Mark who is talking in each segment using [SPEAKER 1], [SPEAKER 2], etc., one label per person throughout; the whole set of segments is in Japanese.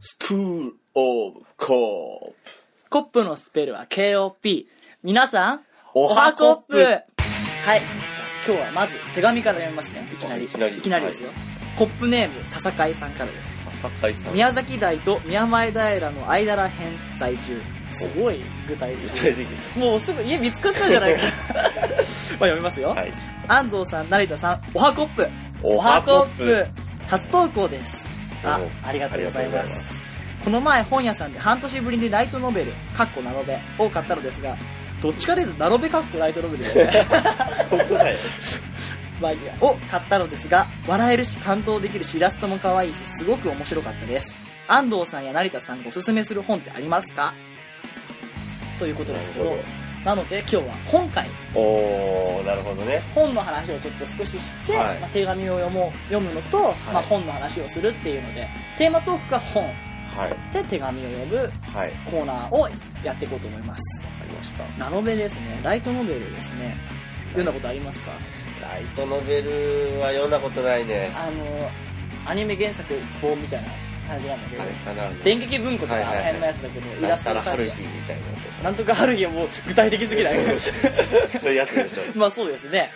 [SPEAKER 1] スクールオブコープ
[SPEAKER 2] コップのスペルは KOP 皆さん
[SPEAKER 1] おはコップ
[SPEAKER 2] はいじゃあ今日はまず手紙から読みますねいきなり
[SPEAKER 1] いきなり
[SPEAKER 2] ですよ、コップネーム笹海さんからです
[SPEAKER 1] 笹海さん
[SPEAKER 2] 宮崎台と宮前平の間ら辺在住すごい具体
[SPEAKER 1] 具
[SPEAKER 2] 的
[SPEAKER 1] 体的
[SPEAKER 2] もうすぐ家見つかっちゃうんじゃないか まあ読みますよ、
[SPEAKER 1] はい
[SPEAKER 2] 安藤さん成田さんおはコップ
[SPEAKER 1] おはコップ
[SPEAKER 2] 初投稿ですあ
[SPEAKER 1] お
[SPEAKER 2] ありがとうござい
[SPEAKER 1] あり
[SPEAKER 2] ま
[SPEAKER 1] がとうございます
[SPEAKER 2] この前本屋さんで半年ぶりにライトノベルかっこナロベ多かったのですがどっちかというとナロベかっこライトノベルです ね
[SPEAKER 1] 本当だよ
[SPEAKER 2] まあいいやを買ったのですが笑えるし感動できるしイラストも可愛いしすごく面白かったです安藤さんや成田さんがおすすめする本ってありますかということですけど
[SPEAKER 1] なる
[SPEAKER 2] なので今日は本会
[SPEAKER 1] おーなるほどね
[SPEAKER 2] 本の話をちょっと少しして、
[SPEAKER 1] はい
[SPEAKER 2] まあ、手紙を読もう読むのと、まあ、本の話をするっていうのでテーマトークが本
[SPEAKER 1] はい
[SPEAKER 2] で手紙を読む
[SPEAKER 1] はいわ
[SPEAKER 2] コーナーをやっていこうと思います
[SPEAKER 1] かりました
[SPEAKER 2] ナノベですねライトノベルですね読んだことありますか
[SPEAKER 1] ライトノベルは読んだことないね
[SPEAKER 2] あのアニメ原作本みたいな感じなんだけど
[SPEAKER 1] あれかな
[SPEAKER 2] 電撃文庫とか
[SPEAKER 1] はい
[SPEAKER 2] あ
[SPEAKER 1] はい
[SPEAKER 2] の
[SPEAKER 1] はい
[SPEAKER 2] 辺のやつだけど、イ
[SPEAKER 1] な
[SPEAKER 2] ラ
[SPEAKER 1] ん
[SPEAKER 2] ス
[SPEAKER 1] た
[SPEAKER 2] ト
[SPEAKER 1] ら
[SPEAKER 2] の
[SPEAKER 1] ハ
[SPEAKER 2] 感
[SPEAKER 1] ル
[SPEAKER 2] じ
[SPEAKER 1] ヒみたいなとか
[SPEAKER 2] なんとか春日もう具体的すぎない
[SPEAKER 1] そうそういうやつでしょ
[SPEAKER 2] まあそうですね。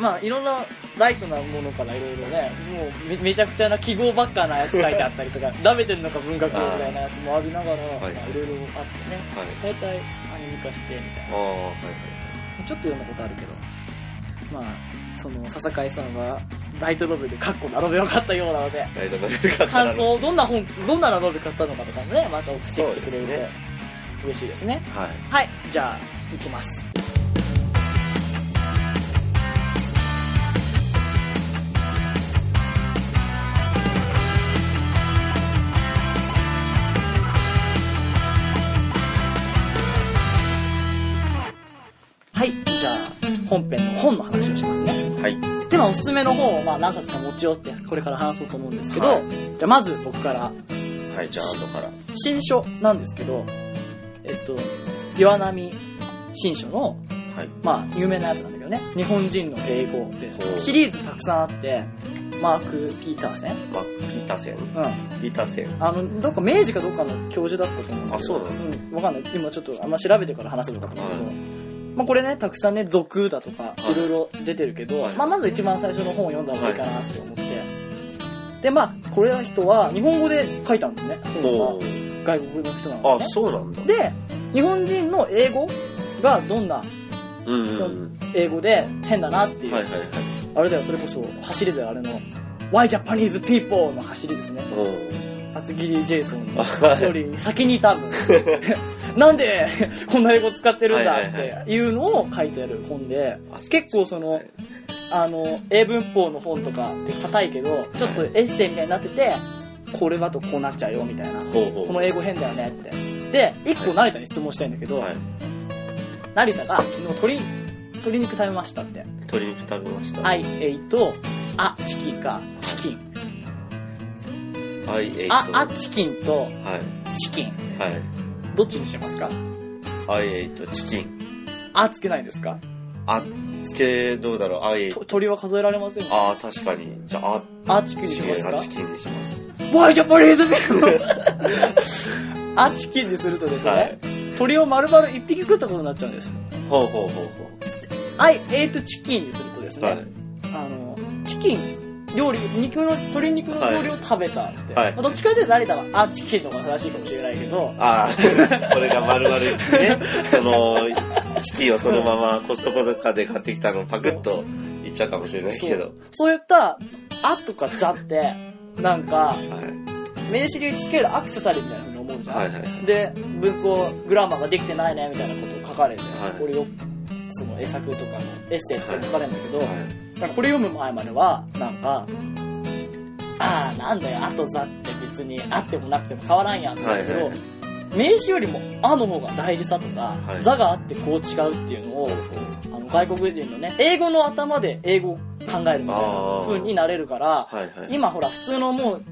[SPEAKER 2] まあいろんなライトなものからいろいろね、もうめめちゃくちゃな記号ばっかなやつ書いてあったり とか、舐めてんのか文学みたいなやつもありながら、
[SPEAKER 1] い
[SPEAKER 2] まあいろいろあって
[SPEAKER 1] はい
[SPEAKER 2] ね、大体アニメ化してみたい
[SPEAKER 1] ああ
[SPEAKER 2] な。
[SPEAKER 1] はい
[SPEAKER 2] ちょっと読んだことあるけど、まあその笹海さんはライトノベル、カッコ並べを買ったようなので、
[SPEAKER 1] ライトノベル買った
[SPEAKER 2] 感
[SPEAKER 1] ら
[SPEAKER 2] 想、どんな本、どんなラノベル買ったのかとかね、また送ってきて
[SPEAKER 1] そ
[SPEAKER 2] く
[SPEAKER 1] う
[SPEAKER 2] れる
[SPEAKER 1] ですね
[SPEAKER 2] と嬉しいですね。
[SPEAKER 1] はい
[SPEAKER 2] はい、じゃあ、行きます。はい、じゃあ、本編の本の話をしますね。
[SPEAKER 1] はい
[SPEAKER 2] で、まあ、おすすめの本を、まあ、何冊か持ち寄って、これから話そうと思うんですけど、
[SPEAKER 1] はい
[SPEAKER 2] じゃあ、まず僕から、
[SPEAKER 1] はいじゃあ後から
[SPEAKER 2] 新書なんですけど、えっと、岩波新書の、
[SPEAKER 1] はい
[SPEAKER 2] まあ、有名なやつなんだけどね、日本人の英語です
[SPEAKER 1] お。う
[SPEAKER 2] シリーズたくさんあって、マーク・ピーターセン
[SPEAKER 1] マック・ピーターセン
[SPEAKER 2] うん。
[SPEAKER 1] ピーターセン
[SPEAKER 2] あの、どっか明治かどっかの教授だったと思うんだけど。
[SPEAKER 1] あそうなの
[SPEAKER 2] うん。わかんない。今ちょっとあんま調べてから話せるのかと思うけど。
[SPEAKER 1] はい
[SPEAKER 2] まあこれね、たくさんね、俗だとか
[SPEAKER 1] は、い
[SPEAKER 2] いろいろ出てるけど、
[SPEAKER 1] はい
[SPEAKER 2] まあまず一番最初の本を読んだ方がいいかなって思って。で、まあ、これの人は日本語で書いたんですね。
[SPEAKER 1] お
[SPEAKER 2] 本が
[SPEAKER 1] ー
[SPEAKER 2] 外国の人なので、ね。
[SPEAKER 1] あそうなんだ
[SPEAKER 2] で日本人の英語がどんな
[SPEAKER 1] うんうんうん
[SPEAKER 2] 英語で変だなっていう、
[SPEAKER 1] はいはいはい
[SPEAKER 2] あれだよそれこそ走りだよあれの「Why Japanese People」の走りですね
[SPEAKER 1] おー
[SPEAKER 2] 厚切りジェイソ
[SPEAKER 1] あ
[SPEAKER 2] ン
[SPEAKER 1] はい
[SPEAKER 2] より先に 多分なんでこんな英語使ってるん
[SPEAKER 1] は
[SPEAKER 2] だ
[SPEAKER 1] い
[SPEAKER 2] っ
[SPEAKER 1] はい
[SPEAKER 2] ていうのを書いてある本で
[SPEAKER 1] あそう
[SPEAKER 2] 結構その
[SPEAKER 1] はい
[SPEAKER 2] あの英文法の本とかって硬いけどちょっとエッセイみたいになっててこれだとこうなっちゃうよみたいな
[SPEAKER 1] ほうほう
[SPEAKER 2] この英語変だよねってで1個成田に質問したいんだけど、
[SPEAKER 1] はい
[SPEAKER 2] 成田が昨日鶏鶏肉食べましたって
[SPEAKER 1] 鶏肉食べました
[SPEAKER 2] 「I ate」あチキン」か「チキン」
[SPEAKER 1] I ate
[SPEAKER 2] 「あ」あ「チキン」と
[SPEAKER 1] はい
[SPEAKER 2] 「チキン
[SPEAKER 1] はい」
[SPEAKER 2] どっちにしますか
[SPEAKER 1] I ate チキン
[SPEAKER 2] 「あ」つけないんですか
[SPEAKER 1] あつけどうだろう I
[SPEAKER 2] と
[SPEAKER 1] ate
[SPEAKER 2] 鳥は数えられませんよ
[SPEAKER 1] あー確かにじゃあ
[SPEAKER 2] あ」チキン
[SPEAKER 1] あ
[SPEAKER 2] に
[SPEAKER 1] チ
[SPEAKER 2] し
[SPEAKER 1] キ
[SPEAKER 2] ま
[SPEAKER 1] ン
[SPEAKER 2] す
[SPEAKER 1] あ
[SPEAKER 2] か
[SPEAKER 1] チキンにします
[SPEAKER 2] 「ワイジャパニーズピ あ」チキンにするとですね、
[SPEAKER 1] はい
[SPEAKER 2] 鳥を丸々一匹食ったことになっちゃうんです
[SPEAKER 1] ほうほうほうほ
[SPEAKER 2] 「I ate チキン」にするとです
[SPEAKER 1] う
[SPEAKER 2] ね、
[SPEAKER 1] はい
[SPEAKER 2] あのチキン料理肉の鶏肉の料理を食べたって、
[SPEAKER 1] はい
[SPEAKER 2] まあ、どっちかというと成田は「あ」チキンの方が正しいかもしれないけど
[SPEAKER 1] ああ、 これが丸々ね、 その、チキンをそのままコストコとかで買ってきたのをパクッといっちゃうかもしれない
[SPEAKER 2] そ
[SPEAKER 1] け
[SPEAKER 2] う
[SPEAKER 1] ど。
[SPEAKER 2] そういった「あ」とか「ざ」ってなんか
[SPEAKER 1] はい。
[SPEAKER 2] 名詞につけるアクセサリーみたいなふうに思うじゃん、
[SPEAKER 1] はいはいはい。
[SPEAKER 2] で文法グラマーができてないねみたいなことを書かれて、
[SPEAKER 1] はい
[SPEAKER 2] これよその英作とかのエッセイとか書かれるんだけど、
[SPEAKER 1] はい
[SPEAKER 2] なんかこれ読む前まではなんか「ああなんだよあとざ」って別にあってもなくても変わらんやんって言うんだけど、
[SPEAKER 1] はいはい
[SPEAKER 2] 名詞よりも「あ」の方が大事さとか「
[SPEAKER 1] はい
[SPEAKER 2] ざ」があってこう違うっていうのをあの外国人のね英語の頭で英語を考えるみたいな風になれるから
[SPEAKER 1] はいはい。
[SPEAKER 2] 今ほら普通のもう、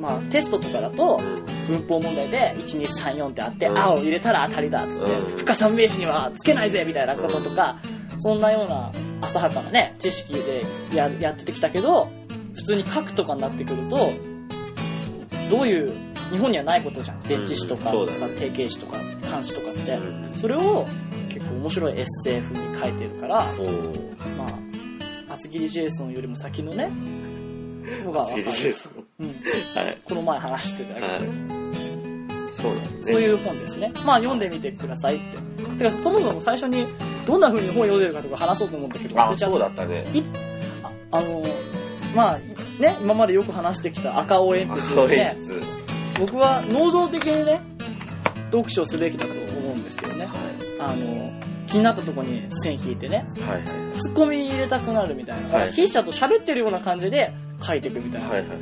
[SPEAKER 2] まあ、テストとかだ
[SPEAKER 1] う
[SPEAKER 2] と
[SPEAKER 1] ん
[SPEAKER 2] 文法問題で1234ってあって「
[SPEAKER 1] うん
[SPEAKER 2] あ」を入れたら当たりだっつって
[SPEAKER 1] うん
[SPEAKER 2] 「深さ名詞にはつけないぜ」みたいなこととかそんなような浅はかなね知識でややってきたけど通に書くとかになってくるとどういう日本にはないことじゃん前置詞とか
[SPEAKER 1] うんそうだね
[SPEAKER 2] さ定型詞とか漢詞とかって、
[SPEAKER 1] うん
[SPEAKER 2] それを結構面白いエッセイ風に書いてるから、
[SPEAKER 1] おー
[SPEAKER 2] まあ、厚切りジェイソンよりも先のねのが
[SPEAKER 1] ジ
[SPEAKER 2] 分かる
[SPEAKER 1] ェ、ジェさん
[SPEAKER 2] うん、
[SPEAKER 1] はい
[SPEAKER 2] この前話してたけど、
[SPEAKER 1] はいそうなんですね
[SPEAKER 2] そういう本ですねまあ読んでみてくださいっててかそもそも最初にどんな風に本読んでるかとか話そうと思ったけど忘
[SPEAKER 1] あ
[SPEAKER 2] れちゃ
[SPEAKER 1] そ
[SPEAKER 2] っ
[SPEAKER 1] うだったね
[SPEAKER 2] たああのまあね今までよく話してきた赤青鉛
[SPEAKER 1] あ
[SPEAKER 2] 筆
[SPEAKER 1] そう
[SPEAKER 2] で、
[SPEAKER 1] 鉛
[SPEAKER 2] ね、
[SPEAKER 1] 筆
[SPEAKER 2] 僕は能動的にね読書すべきだと思うんですけどね
[SPEAKER 1] は
[SPEAKER 2] あの気になったとこに線引いてね
[SPEAKER 1] いはいはい
[SPEAKER 2] ツッコミ入れたくなるみたいな、
[SPEAKER 1] はい
[SPEAKER 2] 筆者と喋ってるような感じで書いていくみたいな、
[SPEAKER 1] はいはいはい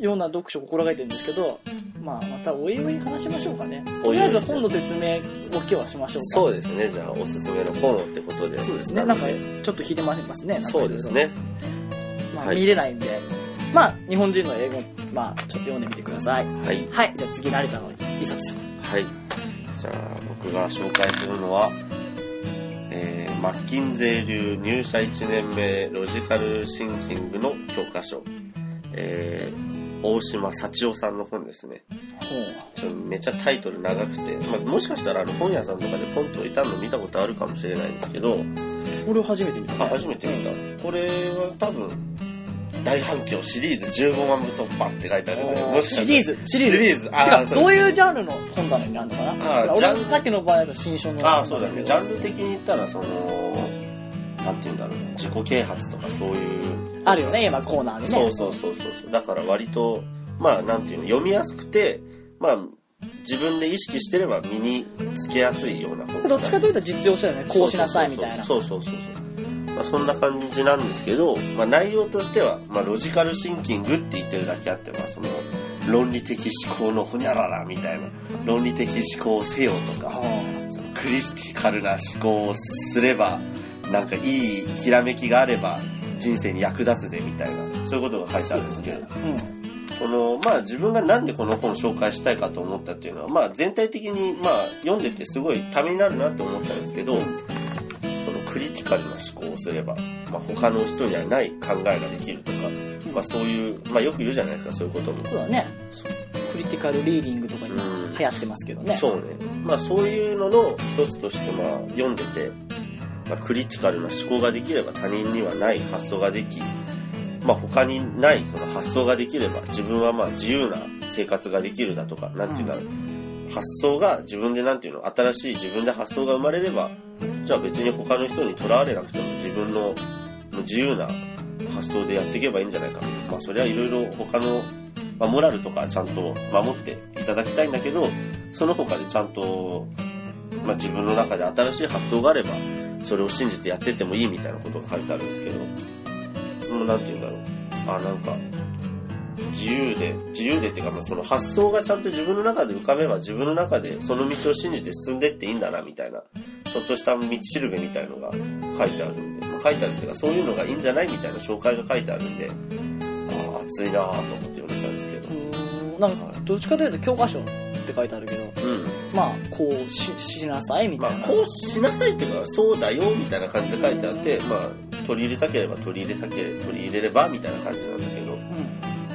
[SPEAKER 2] ような読書を心がけてるんですけど、まあ、またおいおい話しましょうかね。
[SPEAKER 1] おいお
[SPEAKER 2] と
[SPEAKER 1] い
[SPEAKER 2] りあえず本の説明を今日はしましょうか。
[SPEAKER 1] そうですねじゃあおすすめの本ってことで
[SPEAKER 2] そうですね。なんか、ちょっと引いてますね。なんか
[SPEAKER 1] そうです。ね
[SPEAKER 2] まあ、
[SPEAKER 1] はい
[SPEAKER 2] 見れないんで。まあ、日本人の英語、まあ、ちょっと読んでみてください。
[SPEAKER 1] はい
[SPEAKER 2] はい。じゃあ次、成田の一冊。
[SPEAKER 1] はいじゃあ僕が紹介するのはえーマッキンゼー流入社1年目ロジカルシンキングの教科書、えー大島幸男さんの本ですねちょっとめっちゃタイトル長くて、まあ、もしかしたらあの本屋さんとかでポンと置いたの見たことあるかもしれないんですけど
[SPEAKER 2] これを初めて見た。
[SPEAKER 1] あ初めて見たこれは多分大反響シリーズ15万部突破って書いてあるのでもしか
[SPEAKER 2] シ
[SPEAKER 1] したら
[SPEAKER 2] リーズ、シリーズ。
[SPEAKER 1] シリーズあー
[SPEAKER 2] てか
[SPEAKER 1] そう
[SPEAKER 2] どういうジャンルの本棚になるのかな
[SPEAKER 1] あー
[SPEAKER 2] 俺
[SPEAKER 1] ジャン
[SPEAKER 2] さっきの場合だと新書の
[SPEAKER 1] ああそうだねジャ
[SPEAKER 2] ル。
[SPEAKER 1] ンル的に言ったらそのなんて言うんだろうな自己啓発とかそういう
[SPEAKER 2] あるよね、今コーナーでね。
[SPEAKER 1] そうそうそうそうそうだから割とまあなんていうの読みやすくてまあ自分で意識してれば身につけやすいような本
[SPEAKER 2] どっちかというと実用書だよね。こうしなさいみたいな。
[SPEAKER 1] そうそうそうそう、まあ、そんな感じなんですけど、まあ、内容としては、まあ、ロジカルシンキングって言ってるだけあって、まあ、その論理的思考のほにゃららみたいな論理的思考をせよと
[SPEAKER 2] あ
[SPEAKER 1] か
[SPEAKER 2] ー
[SPEAKER 1] そのクリティカルな思考をすればなんかいいひらめきがあれば人生に役立つぜみたいなそういうことが書いてあるんですけど
[SPEAKER 2] うん。
[SPEAKER 1] そのまあ自分がなんでこの本を紹介したいかと思ったっていうのは、まあ、全体的に、まあ、読んでてすごいためになるなと思ったんですけど、そのクリティカルな思考をすれば、まあ、他の人にはない考えができるとか、まあ、そういう、まあ、よく言うじゃないですかそういうことも。
[SPEAKER 2] そうだね。クリティカルリーディングとか今
[SPEAKER 1] うん
[SPEAKER 2] 流行ってますけどね。
[SPEAKER 1] そうね。まあそういうのの一つとして、まあ読んでて、まあ、クリティカルな思考ができれば他人にはない発想ができ、まあ他にないその発想ができれば自分はまあ自由な生活ができるだとか、なんていうんだろう。発想が自分でなんていうの、新しい自分で発想が生まれれば、じゃあ別に他の人にとらわれなくても自分のもう自由な発想でやっていけばいいんじゃないか。まあそれはいろいろ他の、まあ、モラルとかちゃんと守っていただきたいんだけど、その他でちゃんと、まあ、自分の中で新しい発想があれば、それを信じてやってってもいいみたいなことが書いてあるんですけど、もうなんて言うんだろう。あ、なんか、自由で、自由でっていうか、まあ、その発想がちゃんと自分の中で浮かべば、自分の中でその道を信じて進んでっていいんだな、みたいな、ちょっとした道しるべみたいのが書いてあるんで、まあ、書いてあるっていうか、そういうのがいいんじゃないみたいな紹介が書いてあるんで、ああ、熱いなぁと思って読めたんですけど
[SPEAKER 2] う。ーん。なんかどっちかというと教科書って書いてあるけど、
[SPEAKER 1] うん。
[SPEAKER 2] まあ、こうししなさいみ
[SPEAKER 1] ま
[SPEAKER 2] た
[SPEAKER 1] あ
[SPEAKER 2] い、な。
[SPEAKER 1] こうしなさいっていうか、そうだよみたいな感じで書いてあって、まあ、取り入れたければ取り入れたければ、取り入れればみたいな感じなんだけど、
[SPEAKER 2] う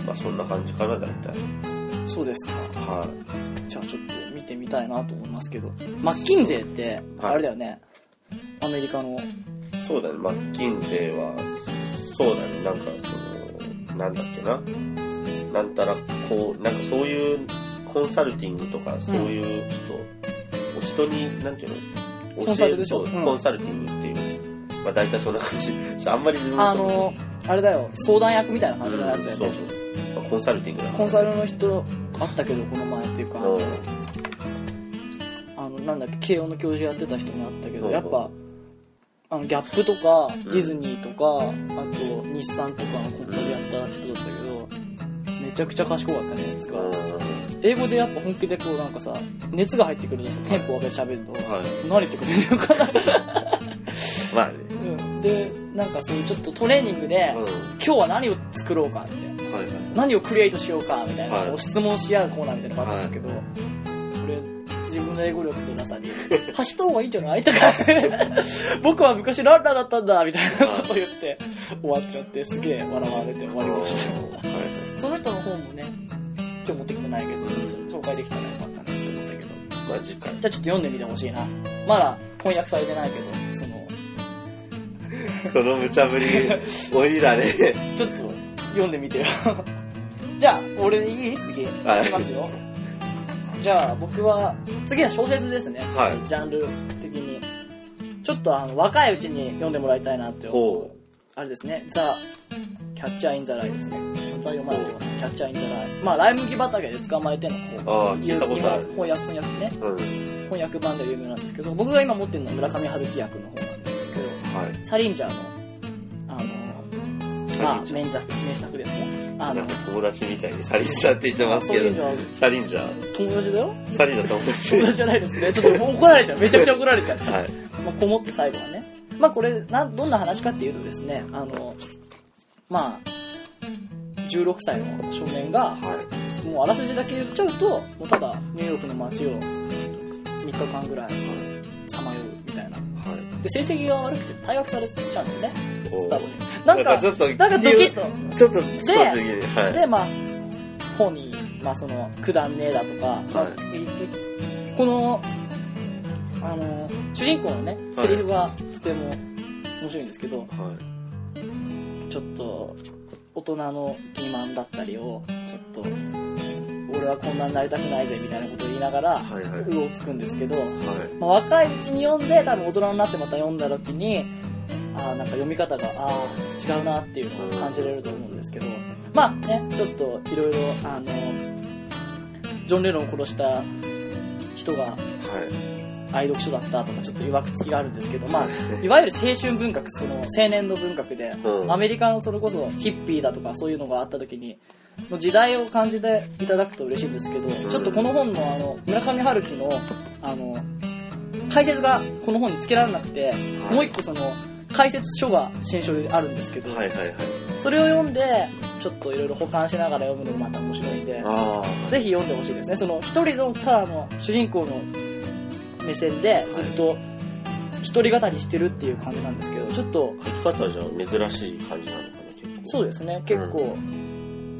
[SPEAKER 1] まあそんな感じかな、だいたい。
[SPEAKER 2] ん。そうですか。
[SPEAKER 1] は
[SPEAKER 2] じゃあちょっと見てみたいなと思いますけど。マッキンゼーって、
[SPEAKER 1] はい
[SPEAKER 2] あれだよね。アメリカの。
[SPEAKER 1] い。そうだね、マッキンゼーは、そうだね、なんかその、なんだっけな。なんたら、こう、なんかそういうコンサルティングとか、そういう、ちょっと、お人に、なんていうの
[SPEAKER 2] コンサルでしょ
[SPEAKER 1] そう
[SPEAKER 2] うん
[SPEAKER 1] コンサルティングっていう。まあ大体そんな感じ。 ちょっとあんまり自分
[SPEAKER 2] あ
[SPEAKER 1] もその
[SPEAKER 2] の、あれだよ。相談役みたいな
[SPEAKER 1] う
[SPEAKER 2] 感
[SPEAKER 1] ん
[SPEAKER 2] じのやつだよ
[SPEAKER 1] そ
[SPEAKER 2] ね
[SPEAKER 1] う。そう。まあコンサルティングだから
[SPEAKER 2] コンサルの人あったけど、この前っていうか。
[SPEAKER 1] うん
[SPEAKER 2] あのなんだっけ慶応の教授やってた人に会ったけ
[SPEAKER 1] う
[SPEAKER 2] ど
[SPEAKER 1] ん
[SPEAKER 2] やっぱあのギャップとか
[SPEAKER 1] ん
[SPEAKER 2] ディズニーとか、あと日産とかのコンサルやった人だったけどめちゃくちゃ賢かったねつか
[SPEAKER 1] は
[SPEAKER 2] 英語でやっぱ本気でこうなんかさ熱が入ってくるとさテンポ上げて喋ると
[SPEAKER 1] い。
[SPEAKER 2] 慣れてくるの かな、
[SPEAKER 1] まあね。
[SPEAKER 2] うん、でなんかそういうちょっとトレーニングで、
[SPEAKER 1] うん。は
[SPEAKER 2] 今日は何を作ろうかって
[SPEAKER 1] いはい。
[SPEAKER 2] 何をクリエイトしようかみたいな、
[SPEAKER 1] はい
[SPEAKER 2] こう質問し合うコーナーみたいなのがあったんだけど、これ自分の英語力のなさ に、走った方がいいんじゃないとか、僕は昔ランナーだったんだ、みたいなこと言って、終わっちゃって、すげえ笑われて終わりました。
[SPEAKER 1] は
[SPEAKER 2] その人の本もね、今日持ってきてないけど、紹介できたらよかったなって思ったけど、
[SPEAKER 1] い。マジか。
[SPEAKER 2] じゃあちょっと読んでみてほしいな。まだ翻訳されてないけど、その、
[SPEAKER 1] この無茶ぶり、鬼だね。
[SPEAKER 2] ちょっと読んでみてよ。 じゃあ、俺でいい次。いき
[SPEAKER 1] はい
[SPEAKER 2] ますよ。じゃあ、僕は、次は小説ですね。
[SPEAKER 1] は
[SPEAKER 2] ジャンル的に。ちょっとあの、若いうちに読んでもらいたいなって思う
[SPEAKER 1] ほ。
[SPEAKER 2] あれですね、ザ・キャッチャー・イン・ザ・ライですね。ザ・読まないけど、キャッチャー・イン・ザ・ライ。まあ、ライ麦畑で捕まえての
[SPEAKER 1] あ
[SPEAKER 2] こう
[SPEAKER 1] あ聞いたことある
[SPEAKER 2] 日本翻訳、翻訳ね。
[SPEAKER 1] い。うん。はい。
[SPEAKER 2] 翻訳版で有名なんですけど、僕が今持ってるのは村上春樹役の方なんですけど、サリンジャーの、あの、まあ、名作、名作ですね。
[SPEAKER 1] な
[SPEAKER 2] あの
[SPEAKER 1] ん、か友達みたいにサリンジャーって言ってます
[SPEAKER 2] サ
[SPEAKER 1] け
[SPEAKER 2] リンジ
[SPEAKER 1] ど、
[SPEAKER 2] ャー、
[SPEAKER 1] サリンジャー、
[SPEAKER 2] 友達だよ
[SPEAKER 1] サリンジャー友達。
[SPEAKER 2] 友達じゃないですね。ちょっと怒られちゃう。めちゃくちゃ怒られちゃう。
[SPEAKER 1] はい。
[SPEAKER 2] まあ、こもって最後はね。まあこれなん、どんな話かっていうとですね、あの、まあ、16歳の少年が、
[SPEAKER 1] は
[SPEAKER 2] もうあらすじだけ言っちゃうと、もうただニューヨークの街を3日間ぐらいさまようみたいな。
[SPEAKER 1] い。はい。
[SPEAKER 2] で、成績が悪くて退学されちゃうんですね。
[SPEAKER 1] お
[SPEAKER 2] スタブに。
[SPEAKER 1] な
[SPEAKER 2] な
[SPEAKER 1] んん
[SPEAKER 2] か
[SPEAKER 1] か、ちょっと、
[SPEAKER 2] なんかドキッと。
[SPEAKER 1] ちょっと、そうですね。はい。
[SPEAKER 2] で、まあ、本に、まあその、くだんねえだとか、まあいいこの、あの、主人公のね、セリフがとても面白いんですけど、
[SPEAKER 1] は
[SPEAKER 2] ちょっと、大人の欺瞞だったりを、ちょっと、俺はこんなになりたくないぜみたいなことを言いながら、
[SPEAKER 1] い。はいは
[SPEAKER 2] うおつくんですけど、
[SPEAKER 1] い。はい。
[SPEAKER 2] まあ、若いうちに読んで、多分大人になってまた読んだ時に、ああ、なんか読み方が、ああ、違うなっていうのを感じれると思うんですけど、まあね、ちょっといろいろ、あの、ジョン・レノンを殺した人が
[SPEAKER 1] はい。
[SPEAKER 2] 愛読書だったとか、ちょっといわくつきがあるんですけど、まあ、いわゆる青春文学、その青年の文学で、
[SPEAKER 1] うん。
[SPEAKER 2] アメリカのそれこそヒッピーだとかそういうのがあった時にの時代を感じていただくと嬉しいんですけど、ちょっとこの本のあの村上春樹のあの解説がこの本につけられなくて、
[SPEAKER 1] い
[SPEAKER 2] もう一個その解説書が新書であるんですけど、
[SPEAKER 1] はいはいはい。
[SPEAKER 2] それを読んでちょっといろいろ保管しながら読むのもまた面白いんで
[SPEAKER 1] あ
[SPEAKER 2] ぜひ読んでほしいですねその一人のただの主人公の目線でずっと一人語りしてるっていう感じなんですけどちょっと
[SPEAKER 1] あ。書き方じゃ珍しい感じなのかな、結構。
[SPEAKER 2] そうですね、結構、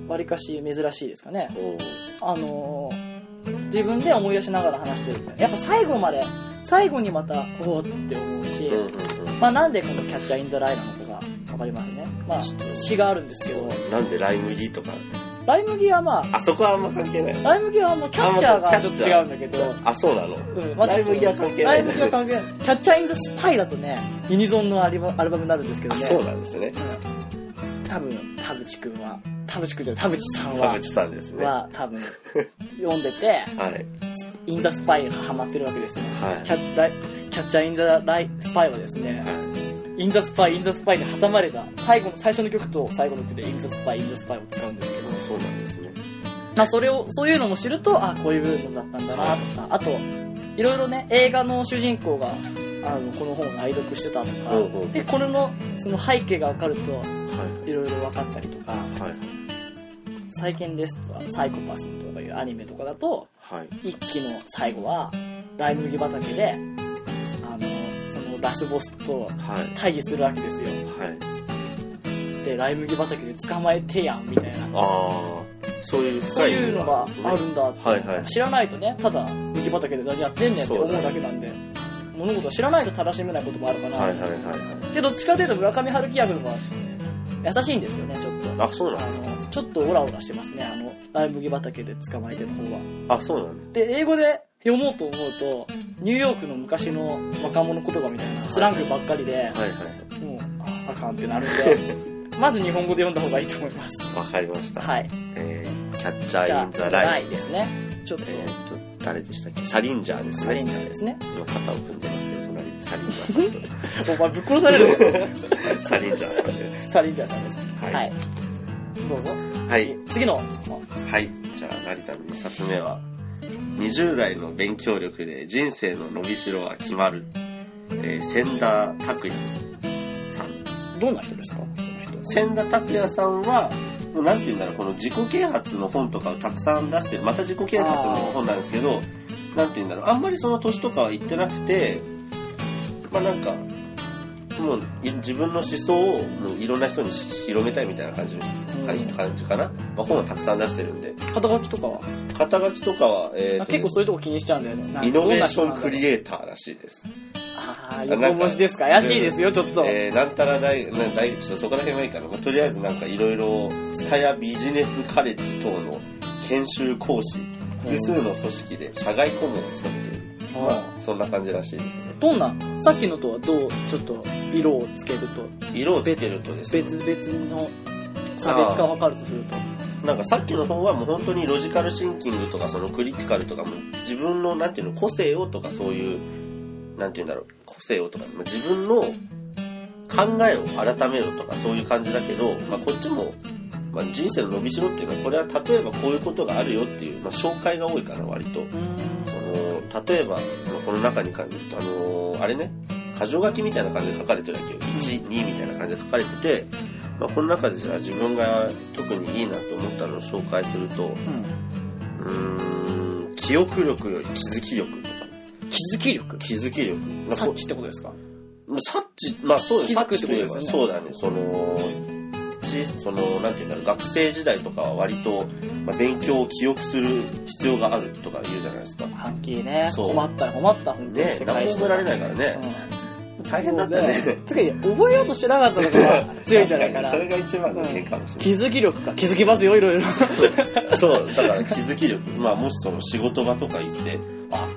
[SPEAKER 2] わりかし珍しいですかね。
[SPEAKER 1] おー
[SPEAKER 2] あのー自分で思い出しながら話してるみたいな。やっぱ最後まで、最後にまた、おーって思うし、
[SPEAKER 1] うんうんうん。
[SPEAKER 2] まあなんでこのキャッチャーインザライなのかがわかりますね。まあ、詩があるんですけど、
[SPEAKER 1] なんでライ麦とか、
[SPEAKER 2] ライ麦はまあ、
[SPEAKER 1] あそこはあんま関係ない。
[SPEAKER 2] ライ麦はまあキャッチャー
[SPEAKER 1] あま
[SPEAKER 2] が
[SPEAKER 1] あ
[SPEAKER 2] ち
[SPEAKER 1] キ
[SPEAKER 2] ょ
[SPEAKER 1] ャ
[SPEAKER 2] っ
[SPEAKER 1] ッ
[SPEAKER 2] と
[SPEAKER 1] チャー
[SPEAKER 2] 違うんだけど、
[SPEAKER 1] あ、そうなの
[SPEAKER 2] うん、
[SPEAKER 1] ライ麦は関係
[SPEAKER 2] ラ
[SPEAKER 1] な
[SPEAKER 2] イ
[SPEAKER 1] い
[SPEAKER 2] 麦は関係ない。キャッチャーインザスパイだとね、ユニゾンのアルバアルバムになるんですけど
[SPEAKER 1] あ、
[SPEAKER 2] ね。
[SPEAKER 1] そうなんですね。
[SPEAKER 2] うん多分、田淵くんは、田淵くんじゃない田淵さん
[SPEAKER 1] 田
[SPEAKER 2] は、
[SPEAKER 1] 淵さんですね。は
[SPEAKER 2] は多分読んでて、
[SPEAKER 1] い。はい。
[SPEAKER 2] インザスパイがハマってるわけですよ。キャライキャッチャーインザライスパイはですね、
[SPEAKER 1] は
[SPEAKER 2] インザスパイ、インザスパイに挟まれた、最後の、最初の曲と最後の曲でインザスパイ、インザスパイを使うんですけど
[SPEAKER 1] い。、そうなんですね。
[SPEAKER 2] まあそれを、そういうのも知ると、あ、こういう部分だったんだなとか、あと、いろいろね、映画の主人公が、あの、この本を愛読してたと
[SPEAKER 1] うんうん
[SPEAKER 2] か、で、これの、その背景がわかると、
[SPEAKER 1] はい
[SPEAKER 2] ろいろ分かったりとか、
[SPEAKER 1] い。はい。
[SPEAKER 2] 最近ですと、あのサイコパスとかいうアニメとかだと、
[SPEAKER 1] はい。
[SPEAKER 2] 一期の最後はライ麦畑であのそのラスボスと
[SPEAKER 1] はい。
[SPEAKER 2] 対峙するわけですよ
[SPEAKER 1] はい。
[SPEAKER 2] でライ麦畑で捕まえてやんみたいな
[SPEAKER 1] ああ、そういう
[SPEAKER 2] そ
[SPEAKER 1] 深
[SPEAKER 2] う
[SPEAKER 1] い
[SPEAKER 2] いうのがあるんだって、
[SPEAKER 1] はいはい
[SPEAKER 2] 知らないとねただ麦畑で何やってんねんって思うだけなんで、物事を知らないと正しめないこともあるかな、
[SPEAKER 1] はいはいはいは
[SPEAKER 2] でどっちかというと村上春樹役の方が優しいんですよねちょっと
[SPEAKER 1] い。あ、そうな
[SPEAKER 2] あ
[SPEAKER 1] の
[SPEAKER 2] のちょっとオラオラしてますねあのライ麦畑で捕まえての方は
[SPEAKER 1] あ、そうなの
[SPEAKER 2] で、英語で読もうと思うと、ニューヨークの昔の若者言葉みたいなスラングばっかりで、
[SPEAKER 1] はいは
[SPEAKER 2] もう、ああかんってなるんで、まず日本語で読んだ方がいいと思います。
[SPEAKER 1] い。わかりました。
[SPEAKER 2] はい。
[SPEAKER 1] えー、キャッチャ
[SPEAKER 2] じ
[SPEAKER 1] ー・イ
[SPEAKER 2] ゃあ、
[SPEAKER 1] ン・
[SPEAKER 2] じゃ
[SPEAKER 1] ザ・ラ
[SPEAKER 2] あ
[SPEAKER 1] イン。
[SPEAKER 2] ないですね。ちょっと、
[SPEAKER 1] えーっと、誰でしたっけサリンジャーです
[SPEAKER 2] サレン
[SPEAKER 1] ね。
[SPEAKER 2] ジャーですね。
[SPEAKER 1] 今肩を組んでますけど、隣でサリンジャーさん
[SPEAKER 2] そう、お前ぶっ殺される よ
[SPEAKER 1] と。サリンジャーさんです。
[SPEAKER 2] サレンジャーさんです。
[SPEAKER 1] はい
[SPEAKER 2] はい。どうぞ。
[SPEAKER 1] はい。
[SPEAKER 2] 次の、
[SPEAKER 1] はい。じゃあ、成田の2冊目は、20代の勉強力で人生の伸びしろは決まる。えー、千田拓也さん。
[SPEAKER 2] どんな人ですかその人。
[SPEAKER 1] 千田拓也さんは、もうなんて言うんだろう、この自己啓発の本とかをたくさん出してる、また自己啓発の本なんですけど、なんて言うんだろう、あんまりその年とかは言ってなくて、まあなんか、もうい自分の思想をもういろんな人に広めたいみたいな感じ感じ感じかな。まあ、本はたくさん出してるんで。
[SPEAKER 2] 肩書きとかは、
[SPEAKER 1] 肩書きとかは、えー
[SPEAKER 2] あ
[SPEAKER 1] と
[SPEAKER 2] 結構そういうとこ気にしちゃうんだよねなんか
[SPEAKER 1] イノベーシ
[SPEAKER 2] ど
[SPEAKER 1] ョ
[SPEAKER 2] んな人なんだ
[SPEAKER 1] ン
[SPEAKER 2] ろう
[SPEAKER 1] クリエイターらしいです。
[SPEAKER 2] ああ横文字ですか怪しいですよちょっと、
[SPEAKER 1] えー、なんたら大、な大ちょっとそこら辺はいいかな。まあ、とりあえずなんかいろいろ、ツタヤビジネスカレッジ等の研修講師、
[SPEAKER 2] うん
[SPEAKER 1] 複数の組織で社外顧問を務めている。ま
[SPEAKER 2] は
[SPEAKER 1] あ、そんな感じらしいですね。
[SPEAKER 2] いどんなさっきのとはどうちょっと色をつけると
[SPEAKER 1] 色を出てるとですね、
[SPEAKER 2] 別々の差別化を図るとすると
[SPEAKER 1] なんかさっきの方はもう本当にロジカルシンキングとかそのクリティカルとかも自分のなんていうの個性をとかそういうなんていうんだろう個性をとかまあ自分の考えを改めろとかそういう感じだけど、まあ、こっちも、まあ、人生の伸びしろっていうのはこれは例えばこういうことがあるよっていう、まあ、紹介が多いかな割と
[SPEAKER 2] うーん
[SPEAKER 1] あの例えばまあこの中にかあのあれね箇条書きみたいな感じで書かれてるわけよ12みたいな感じで書かれてて、まあ、この中でじゃあ自分が特にいいなと思ったのを紹介するとうーん記憶力より気づき力とか
[SPEAKER 2] うん気づき力
[SPEAKER 1] 気づき力まあこ
[SPEAKER 2] 察知ってことですか
[SPEAKER 1] 察知まあそうです
[SPEAKER 2] 気づくってことですよ
[SPEAKER 1] 察
[SPEAKER 2] ね
[SPEAKER 1] 知といえばそうだねそのちそのなんていうんだろう学生時代とかは割と、まあ、勉強を記憶する必要があるとか言うじゃないですか
[SPEAKER 2] 半径ね
[SPEAKER 1] そう
[SPEAKER 2] 困ったら困った本当に
[SPEAKER 1] ね
[SPEAKER 2] 世
[SPEAKER 1] 何
[SPEAKER 2] 界
[SPEAKER 1] も
[SPEAKER 2] 史
[SPEAKER 1] 覚えられないからね、大変だったね。
[SPEAKER 2] つか覚えようとしてなかったのが強いんじゃないか な
[SPEAKER 1] それが一番の変かもし
[SPEAKER 2] 気
[SPEAKER 1] れ
[SPEAKER 2] づき力か気づきますよいろいろ
[SPEAKER 1] ない。そう、だから気づき力。まあ、もしその仕事場とか行って、あ、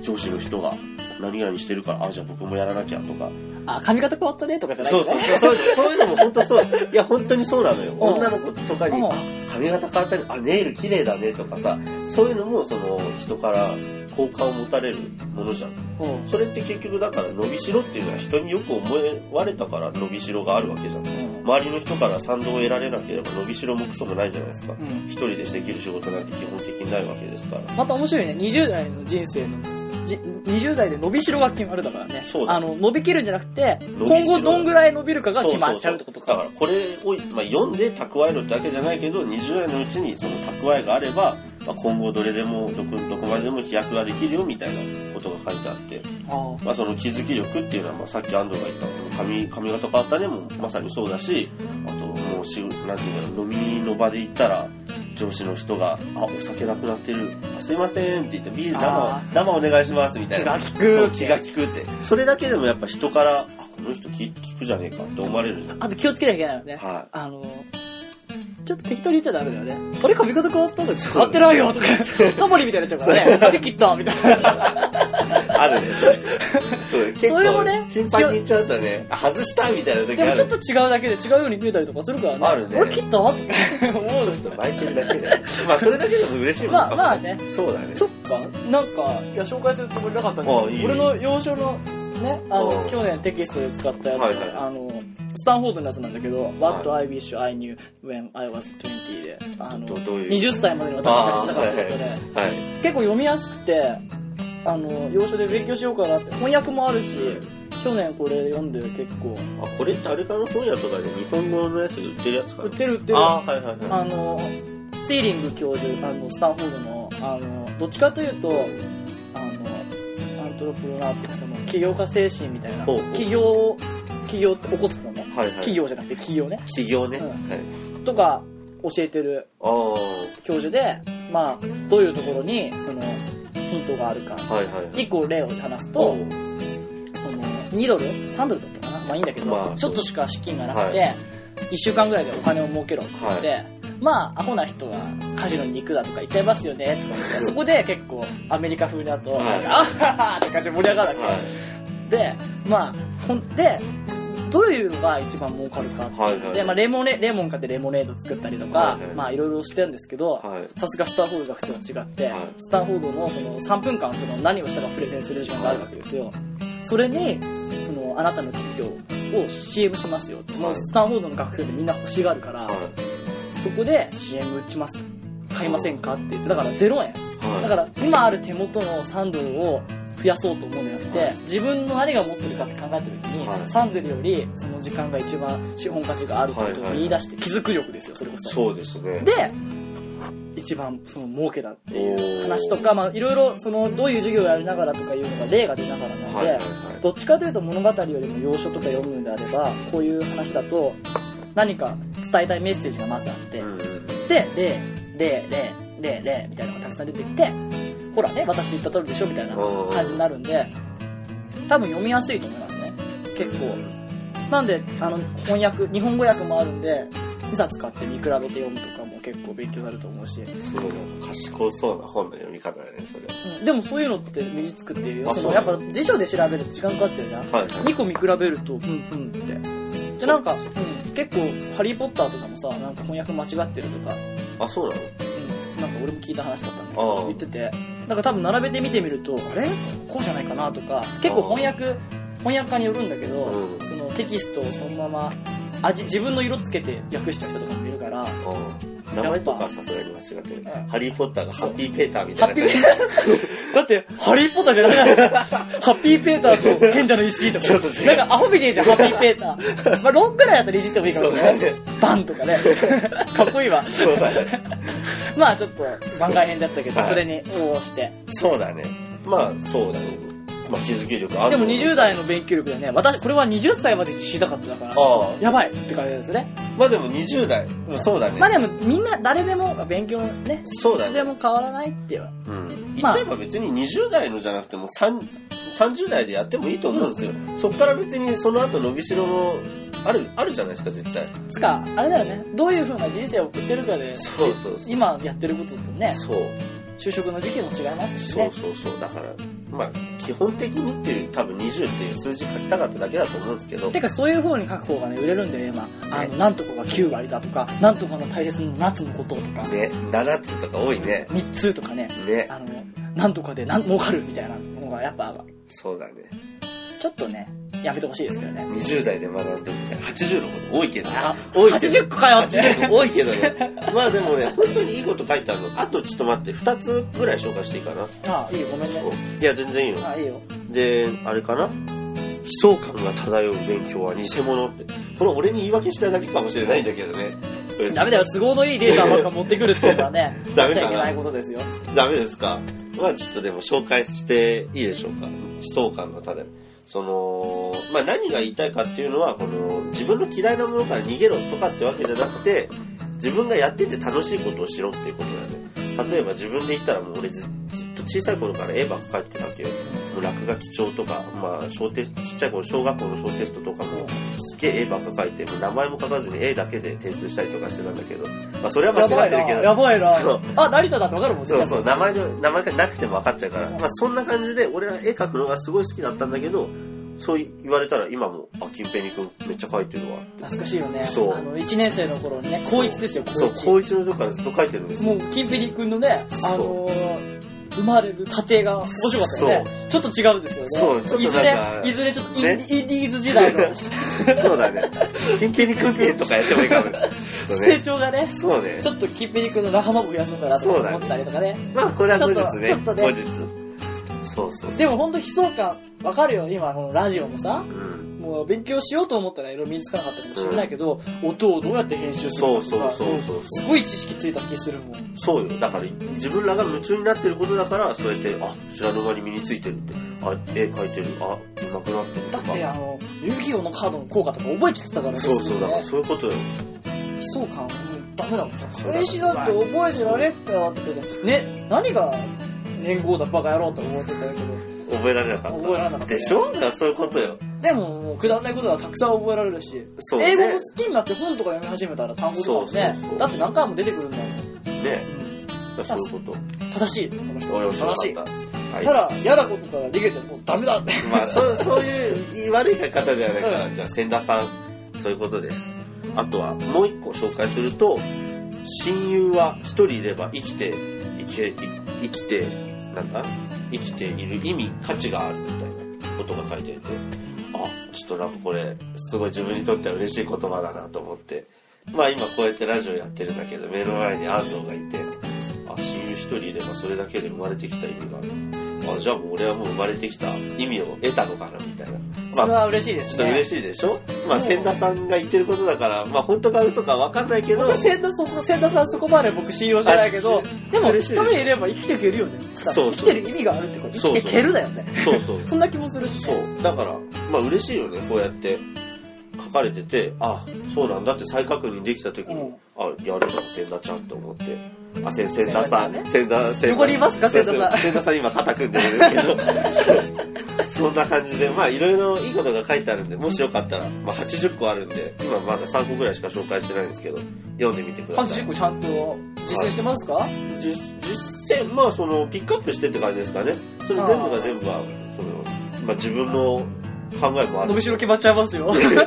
[SPEAKER 1] 上司の人が何々してるから、あ、じゃあ僕もやらなきゃとか。
[SPEAKER 2] あ髪型変わったねとかじゃない
[SPEAKER 1] そうそうそう、そういうそういうのも本当そう。いや、本当にそうなのよ。
[SPEAKER 2] ん
[SPEAKER 1] 女の子とかに、
[SPEAKER 2] うん
[SPEAKER 1] あ、髪型変わったり、あ、ネイル綺麗だねとかさ、そういうのも、その、人から好感を持たれるものじゃん。
[SPEAKER 2] う、うん
[SPEAKER 1] それって結局だから伸びしろっていうのは人によく思われたから伸びしろがあるわけじゃん。周りの人から賛同を得られなければ伸びしろもクソもないじゃないですか
[SPEAKER 2] うん
[SPEAKER 1] 一人でできる仕事なんて基本的にないわけですから
[SPEAKER 2] また面白いね20代の人生のじ20代で伸びしろが決まるだからね
[SPEAKER 1] そうだ
[SPEAKER 2] あの伸びきるんじゃなくて
[SPEAKER 1] 伸び
[SPEAKER 2] 今
[SPEAKER 1] しろ
[SPEAKER 2] 後どんぐらい伸びるかが決まっちゃうってこと
[SPEAKER 1] だか
[SPEAKER 2] から
[SPEAKER 1] これを、まあ、読んで蓄えるだけじゃないけど20代のうちにその蓄えがあれば、まあ、今後どれでもどこどこまででも飛躍ができるよみたいなことが書いてあって、
[SPEAKER 2] あ
[SPEAKER 1] まあ、その気づき力っていうのは、まあ、さっき安藤が言った髪髪型変わったねもまさにそうだしあともうしなんていうんだろう飲みの場で行ったら上司の人が「あお酒なくなってるあすいません」って言って「ビール
[SPEAKER 2] あ
[SPEAKER 1] 生生お願いします」みたいな
[SPEAKER 2] 気が利く
[SPEAKER 1] そう気が利くってそれだけでもやっぱ人から「あこの人聞聞くじゃねえか」って思われるじゃん
[SPEAKER 2] あと気をつけなきゃいけないよね
[SPEAKER 1] は
[SPEAKER 2] あのちょっと適当に言っちゃダメだよね。俺髪型変わったんだけど、変わってないよとか、タモリみたいになっちゃうからね、髪切ったみたいな。
[SPEAKER 1] いあるねそれそう結構
[SPEAKER 2] それもね
[SPEAKER 1] 頻繁に言っちゃうとねあ外したみたいな時
[SPEAKER 2] で
[SPEAKER 1] あ
[SPEAKER 2] も
[SPEAKER 1] る
[SPEAKER 2] ちょっと違うだけで違うように見えたりとかするからね。
[SPEAKER 1] あるね
[SPEAKER 2] 俺切ったわとか思うよね
[SPEAKER 1] 巻いてるだけでまあそれだけでも嬉しいもん
[SPEAKER 2] まあ
[SPEAKER 1] かも
[SPEAKER 2] まあね。
[SPEAKER 1] そうだね
[SPEAKER 2] そっか、なんか、いや、紹介するつもりなかったんだ
[SPEAKER 1] あいい
[SPEAKER 2] け
[SPEAKER 1] よ
[SPEAKER 2] ど、俺の幼少の、ね、あ
[SPEAKER 1] う
[SPEAKER 2] の
[SPEAKER 1] ん、
[SPEAKER 2] 去年テキストで使ったやつ、
[SPEAKER 1] はいはい
[SPEAKER 2] あの、スタンフォードのやつなんだけど、What I wish I knew when I was 20で、あの、
[SPEAKER 1] どどういう
[SPEAKER 2] 20歳までに私がしたかったことで、
[SPEAKER 1] はい
[SPEAKER 2] 結構読みやすくて、あの、幼少で勉強しようかなって、翻訳もあるし、去年これ読んで結構、
[SPEAKER 1] あこれってあれかな本屋とかで日本語のやつで売ってるやつかな
[SPEAKER 2] 売ってる売ってる。
[SPEAKER 1] あーはいはいは
[SPEAKER 2] あの、セーリング教授、あの、スタンフォードの、あの、どっちかというと、あの、アントロプロナーっていうか、その、起業家精神みたいな、
[SPEAKER 1] ほうほう
[SPEAKER 2] 起業、起業って起こすもんね。
[SPEAKER 1] いはいはい
[SPEAKER 2] 企業じゃなくて起業ね。
[SPEAKER 1] 企業ね、
[SPEAKER 2] うん
[SPEAKER 1] はい
[SPEAKER 2] とか、教えてる
[SPEAKER 1] ああ
[SPEAKER 2] 教授で、まあ、どういうところに、その、ヒントがあるか。
[SPEAKER 1] はいはいはい
[SPEAKER 2] 一個例を話す
[SPEAKER 1] お
[SPEAKER 2] と、その、2ドル ?3 ドルだったかなまあいいんだけど、
[SPEAKER 1] まあ
[SPEAKER 2] ちょっとしか資金がなくて、1週間ぐらいでお金を儲けろって言って、まあ、アホな人はカジノに行くだとか言っちゃいますよね、とか言って、そこで結構アメリカ風だと、
[SPEAKER 1] はい
[SPEAKER 2] なんか、あはははって感じで盛り上がるわ
[SPEAKER 1] は
[SPEAKER 2] け。で、まあ、ほんで、どういうのが一番儲かるかって、
[SPEAKER 1] はいはい
[SPEAKER 2] で、まあ、レモネ、レモン買ってレモネード作ったりとか、
[SPEAKER 1] はいはい
[SPEAKER 2] まあ、いろいろしてるんですけど、
[SPEAKER 1] いはい
[SPEAKER 2] さすがスタンフォード学生は違って、
[SPEAKER 1] はい
[SPEAKER 2] スタンフォードのその3分間その何をしたかプレゼンする時間があるわけですよ。それに、そのあなたの企業を CM しますよって。も
[SPEAKER 1] は
[SPEAKER 2] う
[SPEAKER 1] い
[SPEAKER 2] スタンフォードの学生でみんな欲しがるから、
[SPEAKER 1] はい
[SPEAKER 2] そこで CM 打ちます。買いませんかって言って、だから0円。
[SPEAKER 1] は
[SPEAKER 2] だから今ある手元の3ドルを増やそうと思うんじゃなくて、
[SPEAKER 1] はい
[SPEAKER 2] 自分の何が持ってるかって考えた時に、
[SPEAKER 1] はい
[SPEAKER 2] 3ドルよりその時間が一番資本価値があるってことを言い出して気づく力ですよ、それこ
[SPEAKER 1] い
[SPEAKER 2] そ。
[SPEAKER 1] そうですね
[SPEAKER 2] で、一番その儲けだっていう話とか、まあ、いろいろそのどういう授業をやりながらとかいうのが例が出ながらなの
[SPEAKER 1] はい
[SPEAKER 2] で、
[SPEAKER 1] はいはい。
[SPEAKER 2] どっちかというと物語よりも要所とか読むんであればこういう話だと何か伝えたいメッセージがまずあって、
[SPEAKER 1] うんうん
[SPEAKER 2] で例例例例例みたいなのがたくさん出てきてほらね私言った通りでしょみたいな感じになるんで多分読みやすいと思いますね結構なんであの翻訳日本語訳もあるんで2冊買って見比べて読むとかも結構勉強になると思うし、
[SPEAKER 1] すごいなんか賢そうな本の読み方だね、それ。
[SPEAKER 2] うん、でもそういうのって身につくっていうよ
[SPEAKER 1] あ
[SPEAKER 2] そ
[SPEAKER 1] そう
[SPEAKER 2] のやっぱ辞書で調べると時間かかってるじゃん
[SPEAKER 1] はいはい。
[SPEAKER 2] 2個見比べるとうんうんってでなんか、うん、結構「ハリー・ポッター」とかもさなんか翻訳間違ってるとか、
[SPEAKER 1] あ、そうなの
[SPEAKER 2] うん、なんか俺も聞いた話だったんだけ
[SPEAKER 1] あ
[SPEAKER 2] ど
[SPEAKER 1] あ
[SPEAKER 2] 言っててなんか多分並べて見てみるとあれこうじゃないかなとか結構翻訳翻訳家によるんだけど、
[SPEAKER 1] うん
[SPEAKER 2] そのテキストをそのまま味自分の色つけて訳した人とかもいるから
[SPEAKER 1] うん名前とかはさすがに間違ってる。
[SPEAKER 2] うん
[SPEAKER 1] ハリー・ポッターがハッピー・ペーターみた
[SPEAKER 2] ハ
[SPEAKER 1] いな
[SPEAKER 2] ッピー
[SPEAKER 1] 感
[SPEAKER 2] ペ
[SPEAKER 1] じ
[SPEAKER 2] ー。ターだって、ハリー・ポッターじゃなくないハッピーペーターと賢者の石井と
[SPEAKER 1] ちょ
[SPEAKER 2] か
[SPEAKER 1] っと違。う
[SPEAKER 2] なんかアホみてえじゃん、ハッピーペーター。まあ、ロンぐらいやったらいじってもいいかも
[SPEAKER 1] そ
[SPEAKER 2] し
[SPEAKER 1] う
[SPEAKER 2] れ
[SPEAKER 1] だ
[SPEAKER 2] ない。
[SPEAKER 1] ね。
[SPEAKER 2] バンとかね。かっこいいわ。
[SPEAKER 1] そうだね。
[SPEAKER 2] まあ、ちょっと番外編だったけど、
[SPEAKER 1] はい
[SPEAKER 2] それに応募して。
[SPEAKER 1] そうだね。まあ、そうだね。まあ、気づき力ある
[SPEAKER 2] で
[SPEAKER 1] と思
[SPEAKER 2] も
[SPEAKER 1] う
[SPEAKER 2] 20代の勉強力でね、私、これは20歳までに知りたかっただから、
[SPEAKER 1] あ
[SPEAKER 2] やばいって感じですね。
[SPEAKER 1] あ。まあでも20代。うんそうだね
[SPEAKER 2] まあ。でも、みんな誰でもが勉強ね、
[SPEAKER 1] そうだ
[SPEAKER 2] いつで
[SPEAKER 1] ね。
[SPEAKER 2] も変わらないっていう。
[SPEAKER 1] うん。言
[SPEAKER 2] ま
[SPEAKER 1] っ
[SPEAKER 2] あ
[SPEAKER 1] ちゃえば別に20代のじゃなくても3 30代でやってもいいと思うんですよ。そっから別にその後伸びしろもある、あるじゃないですか、絶対。
[SPEAKER 2] つか、あれだよね、どういう風な人生を送ってるかで、
[SPEAKER 1] そうそうそう。
[SPEAKER 2] 今やってることとね、
[SPEAKER 1] そう。
[SPEAKER 2] 就職の時期も違いますし
[SPEAKER 1] そう
[SPEAKER 2] ね。
[SPEAKER 1] そうそう。だから、まあ、基本的にっていう、多分20っていう数字書きたかっただけだと思うんですけど。
[SPEAKER 2] てかそういう方に書く方がね、売れるんだよ、今。あの、
[SPEAKER 1] ね
[SPEAKER 2] なんとかが9割だとか、なんとかの大切な夏のこととか、
[SPEAKER 1] ね、7つとか多いね。
[SPEAKER 2] 3つとかね、
[SPEAKER 1] ね、
[SPEAKER 2] あの、なんとかでなん儲かるみたいなのがやっぱ、
[SPEAKER 1] そうだね。
[SPEAKER 2] ちょっとね、やめてほしいですけどね。
[SPEAKER 1] 20代で学んでるみたい80のこと多いけどね。
[SPEAKER 2] あ、
[SPEAKER 1] 多いけど
[SPEAKER 2] 80個かよって。
[SPEAKER 1] 80個多いけどね。 まあでもね、本当にいいこと書いてあるの。あとちょっと待って、2つぐらい紹介していいかな。
[SPEAKER 2] あ、いいよ、ごめんね。
[SPEAKER 1] いや、全然いいの。
[SPEAKER 2] あ、いいよ。
[SPEAKER 1] で、あれかな悲壮感が漂う勉強は偽物って。これ俺に言い訳したいだけかもしれないんだけどね。これ
[SPEAKER 2] ダメだよ、都合のいいデータばっか持ってくるってことはね、
[SPEAKER 1] ダ
[SPEAKER 2] や
[SPEAKER 1] メ
[SPEAKER 2] っちゃ
[SPEAKER 1] だ
[SPEAKER 2] いけ
[SPEAKER 1] な
[SPEAKER 2] ない。ことですよ。
[SPEAKER 1] ダメですかまあちょっとでも紹介していいでしょうか悲壮感がただその、まあ何が言いたいかっていうのは、この自分の嫌いなものから逃げろとかってわけじゃなくて、自分がやってて楽しいことをしろっていうことだね。例えば自分で言ったらもう俺ずずっと小さい頃から絵ばっかり描いてたわけよ。もう落書き帳とか、まあ小テスト、ちっちゃい頃小学校の小テストとかも、すっげえ絵ばっか描いて、もう名前も書かずに絵だけで提出したりとかしてたんだけど、まあそれは
[SPEAKER 2] や
[SPEAKER 1] 間違
[SPEAKER 2] ば
[SPEAKER 1] っ
[SPEAKER 2] い
[SPEAKER 1] て
[SPEAKER 2] な、
[SPEAKER 1] るけど、
[SPEAKER 2] やばいな
[SPEAKER 1] そう。
[SPEAKER 2] あ、成田だってわかるもん。
[SPEAKER 1] そうそうう、名前で、名前がなくても分かっちゃうから。まあそんな感じで、俺は絵描くのがすごい好きだったんだけど、そう言われたら今も、あ、金平に君めっちゃ描いてるわ。
[SPEAKER 2] 懐かしいよね。
[SPEAKER 1] そう
[SPEAKER 2] あの、1年生の頃にね、高1ですよ、
[SPEAKER 1] そ
[SPEAKER 2] 高
[SPEAKER 1] う、
[SPEAKER 2] 1。
[SPEAKER 1] 高一の時からずっと描いてるんですよ。
[SPEAKER 2] もう、キンペリ君のね、あ
[SPEAKER 1] そ
[SPEAKER 2] のー生まれる過程が面白かったよね。ちょっと違うんですよね。
[SPEAKER 1] そうちょっと
[SPEAKER 2] いずれ
[SPEAKER 1] なんか、
[SPEAKER 2] いずれちょっと イン,、
[SPEAKER 1] ね
[SPEAKER 2] インディーズ時代の
[SPEAKER 1] そうだ ね。金平に君ってとかやってもいいかもね。ちょっと
[SPEAKER 2] 成
[SPEAKER 1] ね。
[SPEAKER 2] 長がね、
[SPEAKER 1] そうね
[SPEAKER 2] ち。ょっとキンペリ君の仲間も増やすんだなとか思ったりとかね。
[SPEAKER 1] まあこれは後日ね。
[SPEAKER 2] ちょっと
[SPEAKER 1] 後日。
[SPEAKER 2] ち
[SPEAKER 1] そうそうそう。
[SPEAKER 2] でもほんと悲壮感、わかるよ、今、このラジオもさ。
[SPEAKER 1] うん。
[SPEAKER 2] もう勉強しようと思ったらいろいろ身につかなかったかもしれないけど、音をどうやって編集する
[SPEAKER 1] そ
[SPEAKER 2] の
[SPEAKER 1] う
[SPEAKER 2] か
[SPEAKER 1] そ
[SPEAKER 2] とか
[SPEAKER 1] うそうそうそう。
[SPEAKER 2] すごい知識ついた気するもん。
[SPEAKER 1] そうよ。だから、自分らが夢中になってることだから、そうやって、あ、知らぬ間に身についてるって。あ、絵描いてる。あ、上手くなってる。
[SPEAKER 2] だっ
[SPEAKER 1] まあ
[SPEAKER 2] て、あの、遊戯王のカードの効果とか覚えちゃってたからね。
[SPEAKER 1] そうそう、だから
[SPEAKER 2] す
[SPEAKER 1] そういうことよ。
[SPEAKER 2] ぐにね悲壮感、うん、ダメだもん。
[SPEAKER 1] う
[SPEAKER 2] 返しだって覚えてられっかってけど、ね、何が年号だバカ野郎と思ってたけど、
[SPEAKER 1] 覚えられなかった。
[SPEAKER 2] 覚えられなかったね
[SPEAKER 1] でしょだからそういうことよ。
[SPEAKER 2] でももうくだらないことはたくさん覚えられるし、
[SPEAKER 1] そうね。
[SPEAKER 2] 英語も好きになって本とか読み始めたら単語とか
[SPEAKER 1] そ
[SPEAKER 2] もね
[SPEAKER 1] うそうそう
[SPEAKER 2] だって何回も出てくるんだもん。
[SPEAKER 1] ね。だからそういうこと。
[SPEAKER 2] 正しい、その人。
[SPEAKER 1] およそ
[SPEAKER 2] 正しい。
[SPEAKER 1] かった。はい。
[SPEAKER 2] ただ、嫌なことから逃げてもうダメだって。
[SPEAKER 1] まあ、そう、そういう悪い書き方ではないから、じゃあ、千田さん、そういうことです。あとは、もう一個紹介すると、親友は一人いれば生きて、いけ、い生きて、なんだ生きている意味、価値があるみたいなことが書いてあって、あ、ちょっとなんかこれ、すごい自分にとっては嬉しい言葉だなと思って、まあ今こうやってラジオやってるんだけど、目の前に安藤がいて、あ、親友一人いればそれだけで生まれてきた意味がある。あじゃあもう俺はもう生まれてきた意味を得たのかなみたいな
[SPEAKER 2] それは嬉しいです
[SPEAKER 1] ちょっ
[SPEAKER 2] ね。
[SPEAKER 1] と嬉
[SPEAKER 2] しい。
[SPEAKER 1] しいでしょ、まあ、
[SPEAKER 2] うん
[SPEAKER 1] 千田さんが言ってることだから、まあ、本当か嘘か分かんないけど、
[SPEAKER 2] 僕、千田、そこ、千田さんそこまで僕信用してないけど
[SPEAKER 1] あ、
[SPEAKER 2] でも、
[SPEAKER 1] 嬉しい
[SPEAKER 2] 一
[SPEAKER 1] でしょ
[SPEAKER 2] 目いれば生きていけるよね。
[SPEAKER 1] そう
[SPEAKER 2] 生
[SPEAKER 1] そ
[SPEAKER 2] き
[SPEAKER 1] う
[SPEAKER 2] てる意味があるってこと。
[SPEAKER 1] そ
[SPEAKER 2] 生
[SPEAKER 1] うそう
[SPEAKER 2] きていけるだよね。
[SPEAKER 1] そうそう。
[SPEAKER 2] そんな気もするし
[SPEAKER 1] そ
[SPEAKER 2] ね。
[SPEAKER 1] う。だから、まあ嬉しいよね、こうやって書かれてて、あ、そうなんだって再確認できた時に、
[SPEAKER 2] うん
[SPEAKER 1] あ、やるじゃん、千田ちゃんって思って。あ、せ、千田さん、
[SPEAKER 2] 千田ちゃん
[SPEAKER 1] 千田、
[SPEAKER 2] ね
[SPEAKER 1] 千田。
[SPEAKER 2] 横にいますか千田さん
[SPEAKER 1] 千田さん今肩組んでるんですけど、 そうそんな感じで、まあいろいろいいことが書いてあるんで、もしよかったら、まあ80個あるんで、今まだ3個ぐらいしか紹介してないんですけど、読んでみてください
[SPEAKER 2] 80。個ちゃんと実践してますか
[SPEAKER 1] 実実践まあそのピックアップしてって感じですかねそれ全部が全部はその、まあ、自分の考えもあ
[SPEAKER 2] 伸
[SPEAKER 1] る
[SPEAKER 2] びしろ決まっちゃいま すよ。
[SPEAKER 1] いやちょっ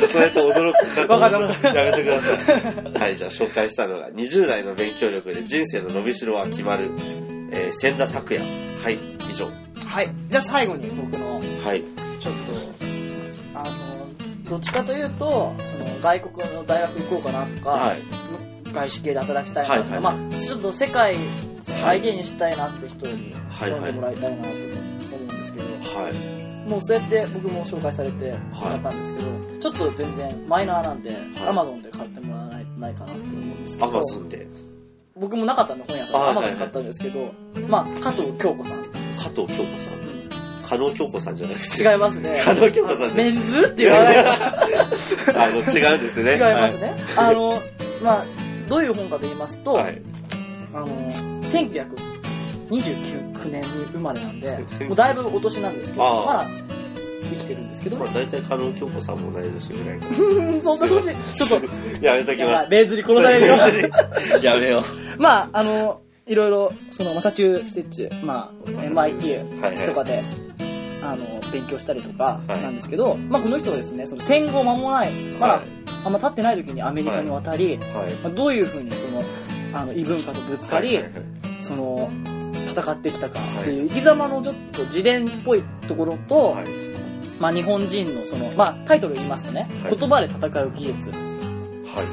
[SPEAKER 1] とそうやって驚く
[SPEAKER 2] わかんなかっ
[SPEAKER 1] やめてくださいはいじゃあ紹介したのが20代の勉強力で人生の伸びしろは決まる、えー、千田拓也はい以上
[SPEAKER 2] はい。じゃあ最後に僕の、
[SPEAKER 1] はい
[SPEAKER 2] ちょっと、あの、どっちかというと、その外国の大学行こうかなとか、
[SPEAKER 1] はい
[SPEAKER 2] 外資系で働きたいなとか、
[SPEAKER 1] はいは
[SPEAKER 2] まあ、ちょっと世界を再現したいなって人に
[SPEAKER 1] はい
[SPEAKER 2] 読ん
[SPEAKER 1] は
[SPEAKER 2] で
[SPEAKER 1] い
[SPEAKER 2] も
[SPEAKER 1] は
[SPEAKER 2] らいたいなと思うんですけど、
[SPEAKER 1] い
[SPEAKER 2] もうそうやって僕も紹介されてもらったんですけど、ちょっと全然マイナーなんで、Amazon で買ってもらわないないかなって思うんですけ
[SPEAKER 1] ア
[SPEAKER 2] ど
[SPEAKER 1] マ、ゾンで
[SPEAKER 2] 僕もなかったんで本屋さんで
[SPEAKER 1] あはいは
[SPEAKER 2] Amazon
[SPEAKER 1] い
[SPEAKER 2] で買ったんですけど、まあ、加藤京子さん。
[SPEAKER 1] 加藤京子さん加納京子さんじゃなくて
[SPEAKER 2] 違います ね。
[SPEAKER 1] 加納京子さん
[SPEAKER 2] メ
[SPEAKER 1] ね
[SPEAKER 2] ンズって言わない と
[SPEAKER 1] あの違うんですね
[SPEAKER 2] 違います
[SPEAKER 1] ね
[SPEAKER 2] ね。あの、まあ、どういう本かと言いますと、
[SPEAKER 1] はい、はい
[SPEAKER 2] あの、1929年に生まれな んで、もうだいぶお年なんですけど、
[SPEAKER 1] ああ
[SPEAKER 2] まだ生きてるんですけど、
[SPEAKER 1] まあ、大体加納京子さんも同い年ぐらいかな
[SPEAKER 2] うん そんな年、 ちょっと、
[SPEAKER 1] やめとき
[SPEAKER 2] やば
[SPEAKER 1] ま
[SPEAKER 2] い、レーズに
[SPEAKER 1] す。
[SPEAKER 2] 殺 されるよ。
[SPEAKER 1] やめよ
[SPEAKER 2] まあ、あの、いろいろ、その、マサチューセッツ、まあ、MIT
[SPEAKER 1] う。はいはい。
[SPEAKER 2] とかで、あの、勉強したりとか、
[SPEAKER 1] はい
[SPEAKER 2] なんですけど、まあ、この人はですね、その戦後間もない、まだ
[SPEAKER 1] は、
[SPEAKER 2] あんま経ってない時にアメリカに渡り、
[SPEAKER 1] い。はい。
[SPEAKER 2] まあ、どういうふうにその、あの、異文化とぶつかり、
[SPEAKER 1] はいはい
[SPEAKER 2] その、戦ってきたかっていう、生き様のちょっと自伝っぽいところと、
[SPEAKER 1] はい
[SPEAKER 2] まあ日本人のその、まあタイトル言いますとね、
[SPEAKER 1] はい
[SPEAKER 2] 言葉で戦う技術、
[SPEAKER 1] は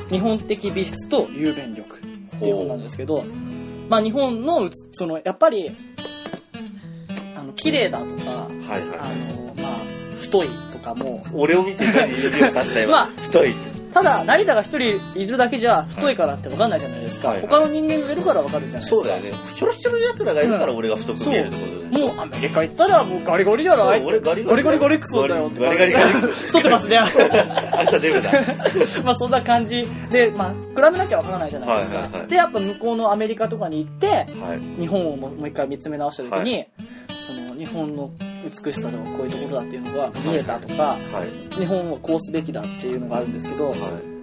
[SPEAKER 1] い。
[SPEAKER 2] 日本的美術と雄弁力っていう本なんですけど、まあ日本の、その、やっぱり、あの、綺麗だとか、
[SPEAKER 1] はい
[SPEAKER 2] あ
[SPEAKER 1] はい。
[SPEAKER 2] の、まあ、太いとかも、
[SPEAKER 1] 俺を見て何指をさしたよ。
[SPEAKER 2] まあ
[SPEAKER 1] 太い。
[SPEAKER 2] ただ、成田が一人いるだけじゃ太いからって分かんないじゃないですか。
[SPEAKER 1] はいはい
[SPEAKER 2] 他の人間がいるから分かるじゃないですか。
[SPEAKER 1] そうだよね。ひょろひょろの奴らがいるから俺が太く見えるってことでしょ
[SPEAKER 2] もうアメリカ行ったらもうガリガリじゃない
[SPEAKER 1] そう俺ガリガ
[SPEAKER 2] ガ
[SPEAKER 1] リ
[SPEAKER 2] リガリガリクソだよって
[SPEAKER 1] ガリガリガリクソ
[SPEAKER 2] 太ってますね。
[SPEAKER 1] あいつはデブだ。
[SPEAKER 2] まあそんな感じで、まあ比べなきゃわからないじゃないですか。
[SPEAKER 1] はいはいはい
[SPEAKER 2] で、やっぱ向こうのアメリカとかに行って、
[SPEAKER 1] はい。
[SPEAKER 2] 日本をももう一回見つめ直した時に、
[SPEAKER 1] は
[SPEAKER 2] その日本の美しさとかこういうところだっていうのが見えたとか、
[SPEAKER 1] はい。
[SPEAKER 2] 日本をこうすべきだっていうのがあるんですけど、
[SPEAKER 1] は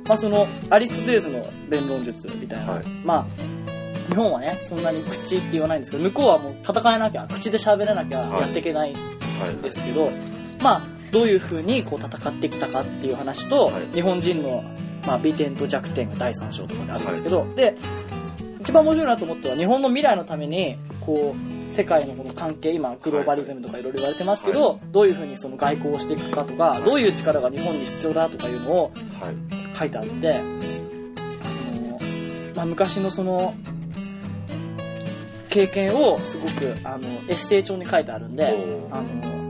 [SPEAKER 2] まあそのアリストテレスの弁論術みたいな、
[SPEAKER 1] はい
[SPEAKER 2] まあ日本はねそんなに口って言わないんですけど向こうはもう戦えなきゃ口で喋らなきゃ
[SPEAKER 1] はい
[SPEAKER 2] やっていけないん
[SPEAKER 1] い。はい。
[SPEAKER 2] ですけど、まあどういうふうにこう戦ってきたかっていう話と、
[SPEAKER 1] はい
[SPEAKER 2] 日本人の、まあ、美点と弱点が第3章とかであるんですけど、で一番面白いなと思ったのは日本の未来のためにこう世界のこの関係今グローバリズムとかいろいろ言われてますけど、どういうふうにその外交をしていくかとか、
[SPEAKER 1] い
[SPEAKER 2] どういう力が日本に必要だとかいうのを
[SPEAKER 1] はい。
[SPEAKER 2] 書いてあって、その、まあ、昔のその、経験をすごく、あの、エッセイ帳に書いてあるんで、
[SPEAKER 1] おー
[SPEAKER 2] あの、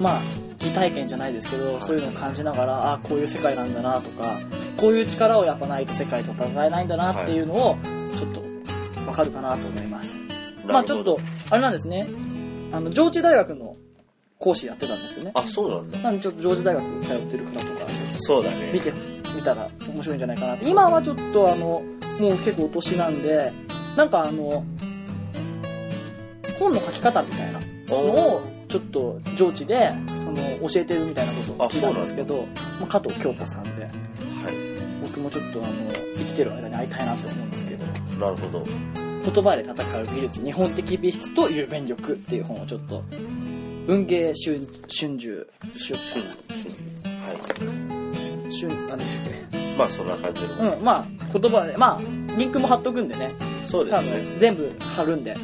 [SPEAKER 2] まあ、疑体験じゃないですけど、
[SPEAKER 1] い
[SPEAKER 2] そういうのを感じながら、あこういう世界なんだなとか、こういう力をやっぱないと世界と戦えないんだなっていうのを、ちょっと、わかるかなと思います。まあ、ちょ
[SPEAKER 1] なる
[SPEAKER 2] っ。と、あれなんですね、あの、上智大学の講師やってたんですよね
[SPEAKER 1] ほ。どあ、そうなんだ。
[SPEAKER 2] なんでちょっと上智大学通ってる方とか、
[SPEAKER 1] そうだ
[SPEAKER 2] 見
[SPEAKER 1] ね。
[SPEAKER 2] てみたら面白いんじゃないかなって今はちょっとあのもう結構お年なんでなんかあの本の書き方みたいなの
[SPEAKER 1] お
[SPEAKER 2] を
[SPEAKER 1] ー
[SPEAKER 2] ちょっと上智でその教えてるみたいなことを聞いたんですけど、まあ、加藤京子さんで
[SPEAKER 1] は
[SPEAKER 2] 僕もちょっとあの生きてる間に会いたいなと思うんですけど
[SPEAKER 1] い。なるほど。
[SPEAKER 2] 言葉で戦う技術日本的美術と雄弁力っていう本をちょっと文芸春春秋春
[SPEAKER 1] シュンシュンは
[SPEAKER 2] 春何でしたっけ
[SPEAKER 1] い。まあそんな感じで。
[SPEAKER 2] うん、まあ、言葉で、まあ、リンクも貼っとくんでね、
[SPEAKER 1] そうで
[SPEAKER 2] 多
[SPEAKER 1] すね。
[SPEAKER 2] 分全部貼るんで、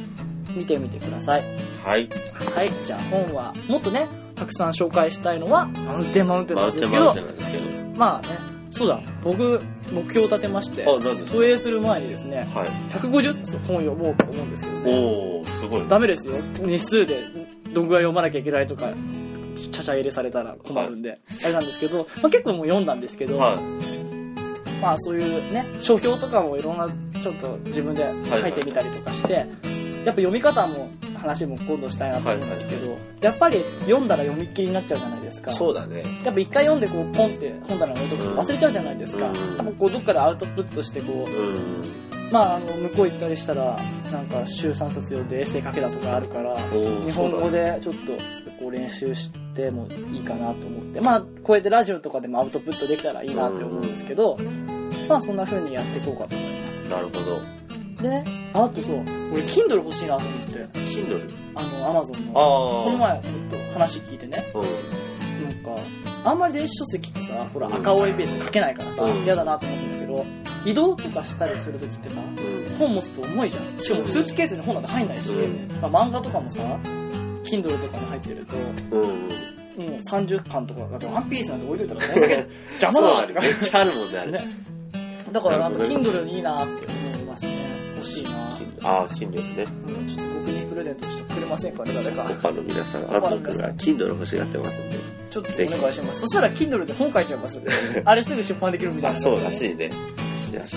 [SPEAKER 2] 見てみてください。
[SPEAKER 1] はい。
[SPEAKER 2] はい、じゃあ本は、もっとね、たくさん紹介したいのは、マウンテンマウンテン
[SPEAKER 1] マ
[SPEAKER 2] な
[SPEAKER 1] ウ
[SPEAKER 2] ん
[SPEAKER 1] ン
[SPEAKER 2] で
[SPEAKER 1] テ
[SPEAKER 2] す
[SPEAKER 1] ン
[SPEAKER 2] け
[SPEAKER 1] マウ
[SPEAKER 2] ど
[SPEAKER 1] ンテ、ンなんですけど。
[SPEAKER 2] まあね、そうだ、僕、目標を立てまして、
[SPEAKER 1] あ、なんです
[SPEAKER 2] 投影する前にですね、
[SPEAKER 1] はい。
[SPEAKER 2] 150冊本読もうと思うんですけどね、
[SPEAKER 1] おー、すごい。
[SPEAKER 2] ダメですよ、日数でどんぐらい読まなきゃいけないとか、ちちゃちゃ入れされたら困るんで、あれなんですけど、まあ、結構もう読んだんですけど、
[SPEAKER 1] は
[SPEAKER 2] まあそういうね書評とかもいろんなちょっと自分で書いてみたりとかして、やっぱ読み方も話も今度したいなと思うんですけど、やっぱり読んだら読みっきりになっちゃうじゃないですか
[SPEAKER 1] い。そうだね。
[SPEAKER 2] やっぱ一回読んでこうポンって本棚に置いとくと忘れちゃうじゃないですか、
[SPEAKER 1] うん
[SPEAKER 2] やっぱこうどっかでアウトプットしてこ
[SPEAKER 1] うん。
[SPEAKER 2] うまああの向こう行ったりしたらなんか週3冊用でエッセイ書けたとかあるから
[SPEAKER 1] お
[SPEAKER 2] 日本語
[SPEAKER 1] で。
[SPEAKER 2] でちょっとこう練習してもいいかなと思ってまあこうやってラジオとかでもアウトプットできたらいいなって思うんですけど、まあそんな風にやっていこうかと思います
[SPEAKER 1] なるほど。
[SPEAKER 2] でねあとそう俺 Kindle 欲しいなと思って
[SPEAKER 1] Kindle?
[SPEAKER 2] あの Amazon
[SPEAKER 1] あ
[SPEAKER 2] の
[SPEAKER 1] あ。
[SPEAKER 2] この。前ちょっと話聞いてね
[SPEAKER 1] う
[SPEAKER 2] なんかあんまり電子書籍ってさほら赤折りページで書けないからさ
[SPEAKER 1] うん
[SPEAKER 2] 嫌だなと思ったんだけど移動とかしたりするときってさ
[SPEAKER 1] ん。うん。
[SPEAKER 2] 本持つと重いじゃんしかもスーツケースに本なんて入んないし、まあ、漫画とかもさ Kindle とかに入ってると
[SPEAKER 1] うん。うん。
[SPEAKER 2] もう30巻とか、だってワンピースなんて置いといたらそん だけ邪魔
[SPEAKER 1] そう
[SPEAKER 2] だなと
[SPEAKER 1] ね
[SPEAKER 2] か。
[SPEAKER 1] めっちゃあるもんね、あれ。
[SPEAKER 2] ねだからなんか
[SPEAKER 1] なるほ
[SPEAKER 2] Kindle にいいなって思いますね。欲しいな。
[SPEAKER 1] ああ、Kindle ね。
[SPEAKER 2] うんちょっと僕にプレゼントしてくれませんかね、誰か
[SPEAKER 1] コ。パの皆さん、アント君が Kindle 欲しがってますんで。
[SPEAKER 2] ちょっとお
[SPEAKER 1] ぜひ
[SPEAKER 2] 願いします。そしたら Kindle で本書いちゃいますんで。あれすぐ出版できるみたい
[SPEAKER 1] あ、
[SPEAKER 2] な。
[SPEAKER 1] そうらしいね。よし。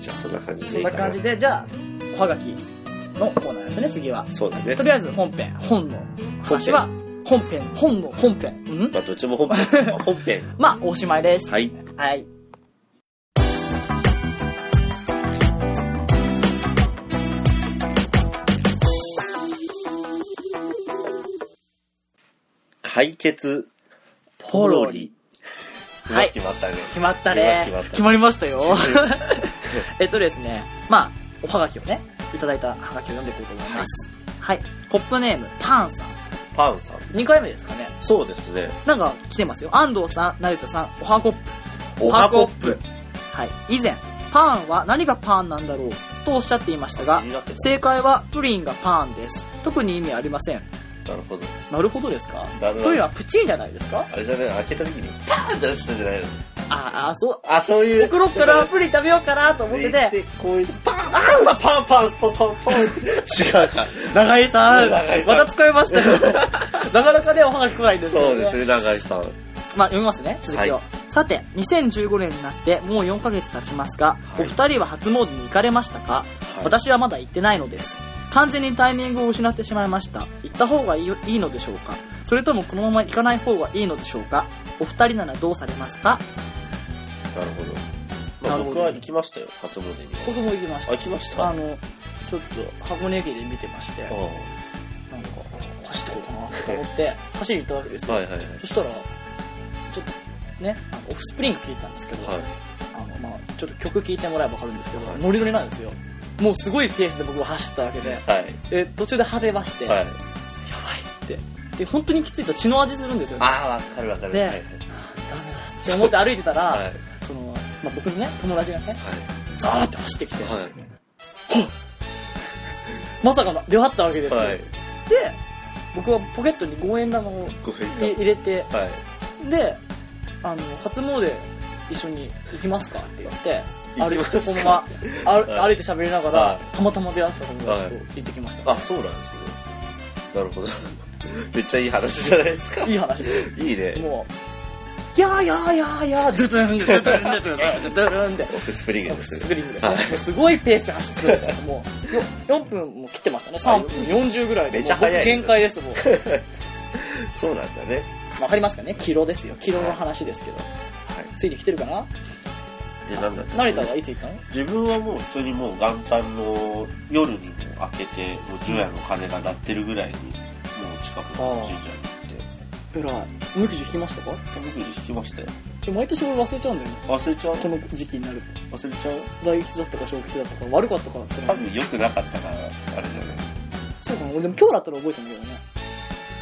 [SPEAKER 1] じゃあ、そんな感じ
[SPEAKER 2] そ
[SPEAKER 1] でい
[SPEAKER 2] ん
[SPEAKER 1] い
[SPEAKER 2] な
[SPEAKER 1] か
[SPEAKER 2] 感じで、じゃあ、おはがきのコーナーですね、次は。
[SPEAKER 1] そうだね
[SPEAKER 2] と。りあえず本編、本の話は、本編、本の本編。うん
[SPEAKER 1] まあ、どっちも本編。 本編。
[SPEAKER 2] まあ、おしまいです。
[SPEAKER 1] はい。
[SPEAKER 2] はい。
[SPEAKER 1] 解決、
[SPEAKER 2] ポ
[SPEAKER 1] ポ
[SPEAKER 2] ロ
[SPEAKER 1] ロ
[SPEAKER 2] リ
[SPEAKER 1] リ。
[SPEAKER 2] は
[SPEAKER 1] わ
[SPEAKER 2] いう
[SPEAKER 1] 決まったね。
[SPEAKER 2] 決まったね。
[SPEAKER 1] 決まった
[SPEAKER 2] 決まりましたよ。 えっとですね、まあ、おはがきをね、いただいたはがきを読んでいこうと思います。はい。ポップネーム、パンさん。
[SPEAKER 1] パンさん。
[SPEAKER 2] 2回目ですかね。
[SPEAKER 1] そうですね。
[SPEAKER 2] なんか来てますよ。安藤さん、成田さん、おはこっぷ。
[SPEAKER 1] おはコップ。
[SPEAKER 2] はい。以前、パンは何がパンなんだろうとおっしゃっていましたが
[SPEAKER 1] 気、になってた
[SPEAKER 2] 正解はプリンがパンです。特に意味ありません。
[SPEAKER 1] なるほど。
[SPEAKER 2] なるほどですか
[SPEAKER 1] だん
[SPEAKER 2] プリン
[SPEAKER 1] だん、
[SPEAKER 2] はプチンじゃないですか
[SPEAKER 1] あれじゃない開けた時に、パーンってなっちゃったんじゃないの
[SPEAKER 2] ああ、そう。
[SPEAKER 1] あ、そういう。
[SPEAKER 2] 僕ロッからプリン食べようかなと思ってて、
[SPEAKER 1] で、こういう、パンパンパンパンパンパンパン違うか。
[SPEAKER 2] 長井さん、
[SPEAKER 1] 長井さ
[SPEAKER 2] ま
[SPEAKER 1] ん
[SPEAKER 2] た使いましたよ。 なかなかね、おはがき来ないんですけど、
[SPEAKER 1] そう
[SPEAKER 2] ね。
[SPEAKER 1] ですね、長井さん。
[SPEAKER 2] まあ、読みますね、続きを。
[SPEAKER 1] は
[SPEAKER 2] さて、2015年になってもう4ヶ月経ちますが、
[SPEAKER 1] い
[SPEAKER 2] お二人は初詣に行かれましたか、
[SPEAKER 1] はい
[SPEAKER 2] 私はまだ行ってないのです。完全にタイミングを失ってしまいました。行った方がいいいいのでしょうかそれともこのまま行かない方がいいのでしょうかお二人ならどうされますか
[SPEAKER 1] なるほど。ま
[SPEAKER 2] な
[SPEAKER 1] あ、
[SPEAKER 2] るほど
[SPEAKER 1] 僕は行きましたよ、初詣には。
[SPEAKER 2] 僕も行きまし。
[SPEAKER 1] あ、行きましたた
[SPEAKER 2] あの、ちょっと箱根駅で見てまして、なんか、
[SPEAKER 1] あ
[SPEAKER 2] 走ってこうかなと思って、走りに行ったわけですよ。
[SPEAKER 1] はいはいはい。
[SPEAKER 2] そしたら、ちょっとね、あのオフスプリング聞いたんですけど、
[SPEAKER 1] はい。
[SPEAKER 2] あのまあ、ちょっと曲聞いてもらえば分かるんですけど、
[SPEAKER 1] はい
[SPEAKER 2] ノリノリなんですよ。もうすごいペースで僕は走ったわけで、
[SPEAKER 1] はい。
[SPEAKER 2] え途中で晴れまして、
[SPEAKER 1] は
[SPEAKER 2] や
[SPEAKER 1] い。
[SPEAKER 2] ばいって。で、本当にきついと血の味するんですよね。
[SPEAKER 1] ああ、わかるわかる。
[SPEAKER 2] で
[SPEAKER 1] はいはい
[SPEAKER 2] ダメだって思って歩いてたら、
[SPEAKER 1] はい。
[SPEAKER 2] その、まあ、僕のね、友達がね、
[SPEAKER 1] は
[SPEAKER 2] ザーって走ってきて、
[SPEAKER 1] い。はい。
[SPEAKER 2] まさかの出会ったわけですよ。
[SPEAKER 1] はい。
[SPEAKER 2] で、僕はポケットに5円玉を
[SPEAKER 1] ごめ
[SPEAKER 2] 入れ
[SPEAKER 1] ん
[SPEAKER 2] 入れて、
[SPEAKER 1] なはい。
[SPEAKER 2] で、あの、初詣一緒に行きますかって言って、
[SPEAKER 1] 行
[SPEAKER 2] 歩
[SPEAKER 1] き
[SPEAKER 2] い
[SPEAKER 1] ま
[SPEAKER 2] て、
[SPEAKER 1] す
[SPEAKER 2] こ
[SPEAKER 1] か
[SPEAKER 2] のまま歩
[SPEAKER 1] は
[SPEAKER 2] 歩いて喋りながら
[SPEAKER 1] は、
[SPEAKER 2] たまたま出会った友達と
[SPEAKER 1] は
[SPEAKER 2] 行ってきました。
[SPEAKER 1] あ、そうなんですね。なるほど。めっちゃいい話じゃないですか。
[SPEAKER 2] いい話です。
[SPEAKER 1] いいね。
[SPEAKER 2] もう、いやーやーやーやー、ドゥドゥン、ドゥドゥン、ドゥドゥン、ドゥドゥンって。
[SPEAKER 1] オフスプリングです
[SPEAKER 2] ス
[SPEAKER 1] ね。
[SPEAKER 2] プリングですね。もうすごいペースで走ってるんですよ。もう、よ4分も切ってましたね。3分40ぐらいで。
[SPEAKER 1] めちゃ早い
[SPEAKER 2] もう限界です、もう。
[SPEAKER 1] そうなんだね。
[SPEAKER 2] わかりますかねキロですよ。キロの話ですけど。
[SPEAKER 1] はい。
[SPEAKER 2] ついてきてるかな
[SPEAKER 1] で、なんだった
[SPEAKER 2] 成田はいつ行ったの
[SPEAKER 1] 自分はもう普通にもう元旦の夜にもう開けて、もう昼夜の鐘が鳴ってるぐらいに、もう近くの神社に
[SPEAKER 2] えらい。無口引きましたか
[SPEAKER 1] 行って、僕に聞きましたよ。
[SPEAKER 2] で毎年俺忘れちゃうんだよね。
[SPEAKER 1] 忘れちゃう
[SPEAKER 2] この時期になると。
[SPEAKER 1] 忘れちゃう
[SPEAKER 2] 大吉だったか小吉だったか悪かったからすら
[SPEAKER 1] 多分良くなかったから、あれじゃない。
[SPEAKER 2] そうかな俺でも今日だったら覚えてんだけどね